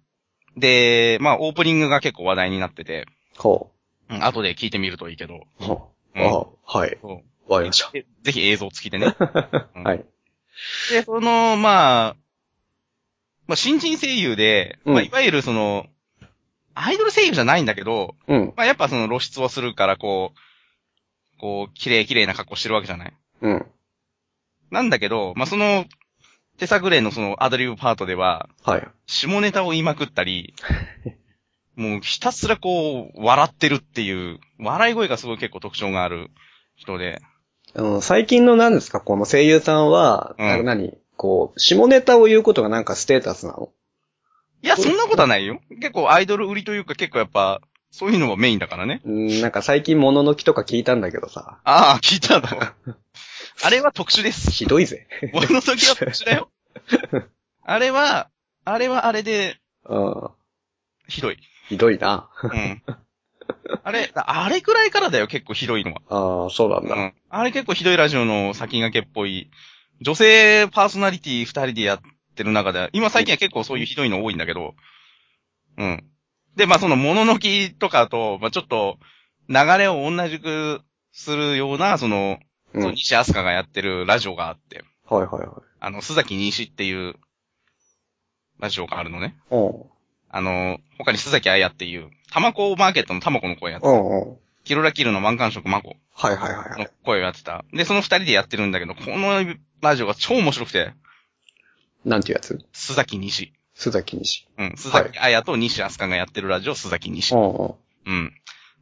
Speaker 2: で、まあ、オープニングが結構話題になってて、
Speaker 1: ほ
Speaker 2: うん、後で聞いてみるといいけど、
Speaker 1: う。ほう。
Speaker 2: うん
Speaker 1: あはい。
Speaker 2: そ
Speaker 1: わか
Speaker 2: う
Speaker 1: りました。
Speaker 2: ぜぜひ映像付きでね。うん
Speaker 1: はい。
Speaker 2: で、その、まあ、まあ、新人声優で、
Speaker 1: うん
Speaker 2: まあ、いわゆるその、アイドル声優じゃないんだけど、
Speaker 1: うん。
Speaker 2: まあ、やっぱその露出をするから、こう、こう、綺麗綺麗な格好してるわけじゃない
Speaker 1: うん。
Speaker 2: なんだけど、まあ、その、手探れのそのアドリブパートでは、
Speaker 1: はい。
Speaker 2: 下ネタを言いまくった り、もうひたすらこう、笑ってるっていう、笑い声がすごい結構特徴がある人で、
Speaker 1: あの、最近の何ですか、この声優さんは、
Speaker 2: うん
Speaker 1: なんか何こう、下ネタを言うことがなんかステータスなの
Speaker 2: いや、そんなことはないよ。結構アイドル売りというか結構やっぱ、そういうのがメインだからね。
Speaker 1: うん、なんか最近物の木とか聞いたんだけどさ、
Speaker 2: ああ、聞いたの。 あれは特殊です。
Speaker 1: ひどいぜ。
Speaker 2: 俺の時は特殊 だよ。あれは、あれはあれで、
Speaker 1: うん。
Speaker 2: ひどい。
Speaker 1: ひどいな。
Speaker 2: うん。あれ、あれくらいからだよ、結構ひどいのは。
Speaker 1: ああ、そうなん
Speaker 2: う
Speaker 1: だ。
Speaker 2: ん。あれ結構ひどいラジオの先駆けっぽい。女性パーソナリティ二人でやってる中で、今最近は結構そういうひどいの多いんだけど、うん。で、まあその、もののきとかと、まあちょっと、流れを同じくするような、その、
Speaker 1: う
Speaker 2: そ
Speaker 1: ん。
Speaker 2: の
Speaker 1: はい
Speaker 2: 西飛鳥がやってるラジオがあって、
Speaker 1: はいは
Speaker 2: あの、須崎西っていう、ラジオがあるのね。
Speaker 1: い。うん。
Speaker 2: あの、他に須崎彩っていう、タマコマーケットのタマコの声やって
Speaker 1: う、んうん。
Speaker 2: キロラキルの満貫色マコ
Speaker 1: はいはいはいは
Speaker 2: の
Speaker 1: い。
Speaker 2: 声をやってた。で、その二人でやってるんだけど、このラジオが超面白くて、
Speaker 1: なんていうやつ
Speaker 2: 須崎西。
Speaker 1: 須崎西。
Speaker 2: うん、須崎彩と西飛鳥がやってるラジオ、須崎西
Speaker 1: う。んうん。
Speaker 2: うん。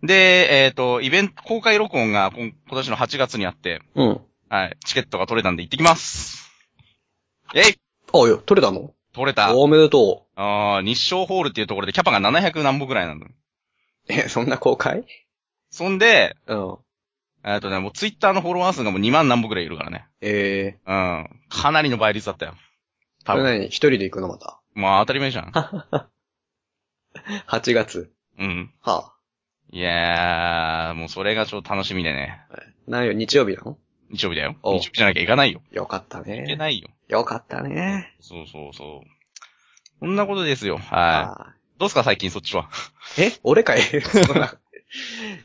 Speaker 2: で、えっ、と、イベント、公開録音が今今年の8月にあって、
Speaker 1: うん。
Speaker 2: はい、チケットが取れたんで行ってきます。えい
Speaker 1: あ、いや、取れたの
Speaker 2: 取れた。
Speaker 1: おめでとう。
Speaker 2: ああ、日照ホールっていうところでキャパが700何本ぐらいなの。
Speaker 1: え、そんな公開
Speaker 2: そんで、
Speaker 1: うん。
Speaker 2: えっ、とね、もうツイッターのフォロワー数がもう2万何本ぐらいいるからね。
Speaker 1: ええ
Speaker 2: うん。かなりの倍率だったよ。
Speaker 1: ー。
Speaker 2: 多
Speaker 1: これ
Speaker 2: 分。
Speaker 1: 何一人で行くのまた。
Speaker 2: まあ当たり前じゃん。
Speaker 1: 8月。
Speaker 2: うん。
Speaker 1: は
Speaker 2: いやー、もうそれがちょっと楽しみでね。
Speaker 1: 何よ、日曜日なの
Speaker 2: 日曜日だよ。日
Speaker 1: おう
Speaker 2: 曜日じゃなきゃ行かないよ。
Speaker 1: よかったね。
Speaker 2: 行けないよ。
Speaker 1: よかったね。
Speaker 2: そうそうそう。そんなことですよ。は
Speaker 1: あ
Speaker 2: い。どうすか最近そっちは。
Speaker 1: ーえ俺かい そんな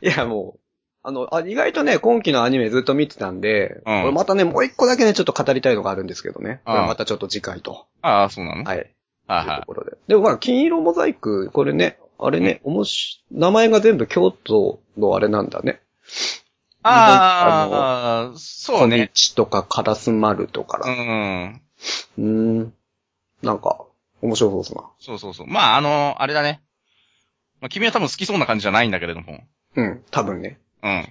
Speaker 1: いや、もう。あの、あ、意外とね、今期のアニメずっと見てたんで、
Speaker 2: うん
Speaker 1: 俺またね、もう一個だけね、ちょっと語りたいのがあるんですけどね。
Speaker 2: う
Speaker 1: こ
Speaker 2: ん
Speaker 1: れまたちょっと次回と。
Speaker 2: ああ、そうなのはい
Speaker 1: はい。という
Speaker 2: は
Speaker 1: ところで。でもまあ、金色モザイク、これね、あれね、おもし、名前が全部京都のあれなんだね。
Speaker 2: い。ああ、そうね。
Speaker 1: 地とか、カラスマルとか
Speaker 2: う
Speaker 1: ら。
Speaker 2: ん。
Speaker 1: うーん。なんか、面白そうっすな。
Speaker 2: そうそうそう。まあ、あの、あれだね。まあ、君は多分好きそうな感じじゃないんだけれども。
Speaker 1: うん、多分ね。
Speaker 2: うん。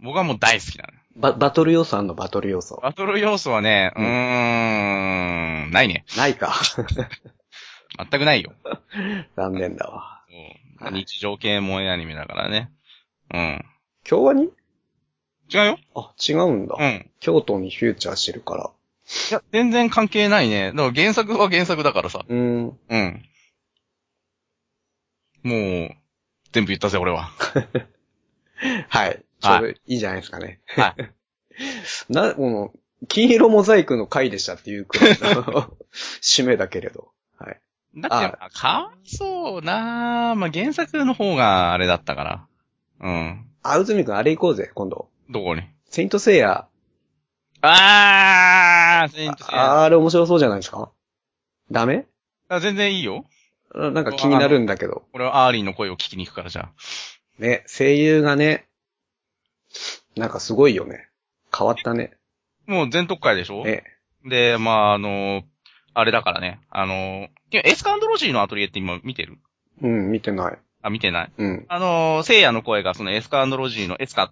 Speaker 2: 僕はもう大好きなの。
Speaker 1: バ、バトル要素あんのバトル要素。
Speaker 2: バトル要素はね、う
Speaker 1: うん
Speaker 2: ーん、ないね。
Speaker 1: ないか。
Speaker 2: 全くないよ。
Speaker 1: 残念だわ。
Speaker 2: そう日常系萌えアニメだからね。うん。
Speaker 1: 今日はに
Speaker 2: 違うよ。
Speaker 1: あ、違うんだ、
Speaker 2: うん。
Speaker 1: 京都にフューチャーしてるから。
Speaker 2: いや、全然関係ないね。だから原作は原作だからさ。
Speaker 1: うーん。
Speaker 2: うん。もう、全部言ったぜ、俺は。
Speaker 1: はい。ちょうどいいじゃないですかね。
Speaker 2: は
Speaker 1: な、この、金色モザイクの回でしたっていうくらいの 締めだけれど。はい。
Speaker 2: だって、まあかわいそうなぁ。まあ、原作の方があれだったから。うん。
Speaker 1: あ、うずみくん、あれ行こうぜ、今度。
Speaker 2: どこに
Speaker 1: セイントセイヤ。
Speaker 2: あーセイントセイヤ
Speaker 1: ああれ面白そうじゃないですかダメ
Speaker 2: あ全然いいよ。
Speaker 1: あなんか気になるんだけど。
Speaker 2: 俺はアーリーの声を聞きに行くから、じゃあ。
Speaker 1: ね、声優がね、なんかすごいよね。変わったね。
Speaker 2: もう全特会でしょ
Speaker 1: ね。
Speaker 2: で、まあ、あの、あれだからね。あの、いや、エスカンドロジーのアトリエって今見てる
Speaker 1: うん、見てない。
Speaker 2: あ、見てない
Speaker 1: うん。
Speaker 2: あの、聖夜の声がそのエスカンドロジーのエスカ、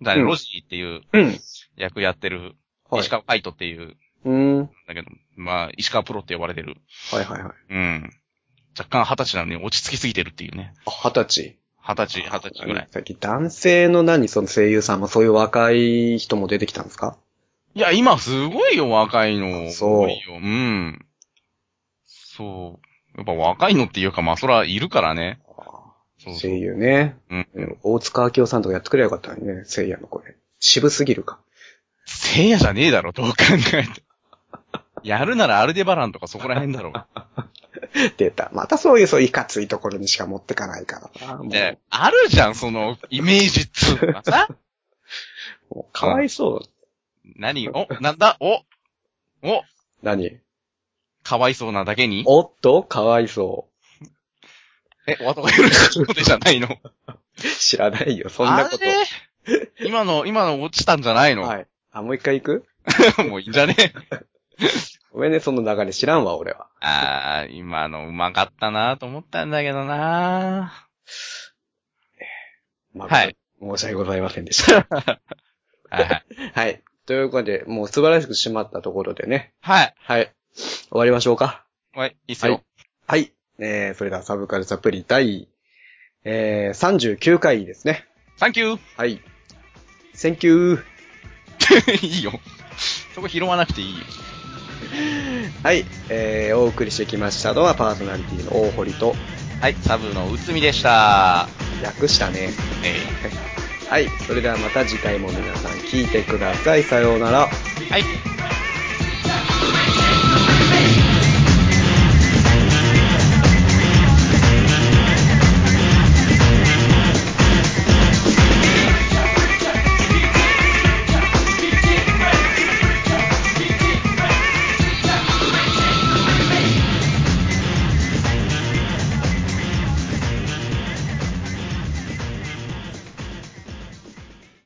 Speaker 2: じゃあ
Speaker 1: うん
Speaker 2: ロジーっていう
Speaker 1: うん。
Speaker 2: 役やってる、
Speaker 1: はい
Speaker 2: 石。川カイトっていう、ん
Speaker 1: うん。はい
Speaker 2: だけど、まあ、石川プロって呼ばれてる。
Speaker 1: はいはい。
Speaker 2: うん。若干二十歳なのに落ち着きすぎてるっていうね。
Speaker 1: あ、二十
Speaker 2: 二十歳、
Speaker 1: 歳。
Speaker 2: 二十歳ぐらい。
Speaker 1: さっき男性の何、その声優さんもそういう若い人も出てきたんですか
Speaker 2: いや、今すごいよ、若いの。
Speaker 1: そう
Speaker 2: 多いよ。うん。そう。やっぱ若いのっていうか、まあ、そら、いるからね。そうそう
Speaker 1: 声優ね。
Speaker 2: うん。
Speaker 1: うん大塚明夫さんとかやってくればよかったのにね、聖夜の声。渋すぎるか。
Speaker 2: 聖夜じゃねえだろ、どう考えても。やるならアルデバランとかそこら辺だろう。
Speaker 1: データ。またそういう、そう、いかついところにしか持ってかないからな。もう
Speaker 2: で、あるじゃん、その、イメージっつうの がさ。
Speaker 1: もうかわいそう。
Speaker 2: 何お、なんだお、お、
Speaker 1: 何
Speaker 2: かわいそうなだけに
Speaker 1: おっと、かわいそ
Speaker 2: え、お後がよろしいことじゃな いの
Speaker 1: う。知らないよ、そんなこと。
Speaker 2: あれ今の、今の落ちたんじゃないの、
Speaker 1: はい。あ、もう一回行く
Speaker 2: もういいんじゃね
Speaker 1: ごめんね、その流れ知らんわ、俺は。
Speaker 2: ああ、今のうまかったなと思ったんだけどな
Speaker 1: まあ
Speaker 2: はい。
Speaker 1: 申し訳ございませんでした。
Speaker 2: はいはい。
Speaker 1: はい。ということで、もう素晴らしく締まったところでね。
Speaker 2: はい。
Speaker 1: はい。終わりましょうか。
Speaker 2: はい、いいっす
Speaker 1: は
Speaker 2: よ
Speaker 1: い。。はい。えー、それではサブカルサプリ第、えー、39回ですね。
Speaker 2: サンキュ
Speaker 1: はい。センキュー。
Speaker 2: ー いいよ。そこ拾わなくていいよ。
Speaker 1: はい。えー、お送りしてきましたのはパーソナリティの大堀と、
Speaker 2: はい、サブのうつみでした。
Speaker 1: 略したね。
Speaker 2: え
Speaker 1: はい。それではまた次回も皆さん聞いてください。さようなら。
Speaker 2: ーはい。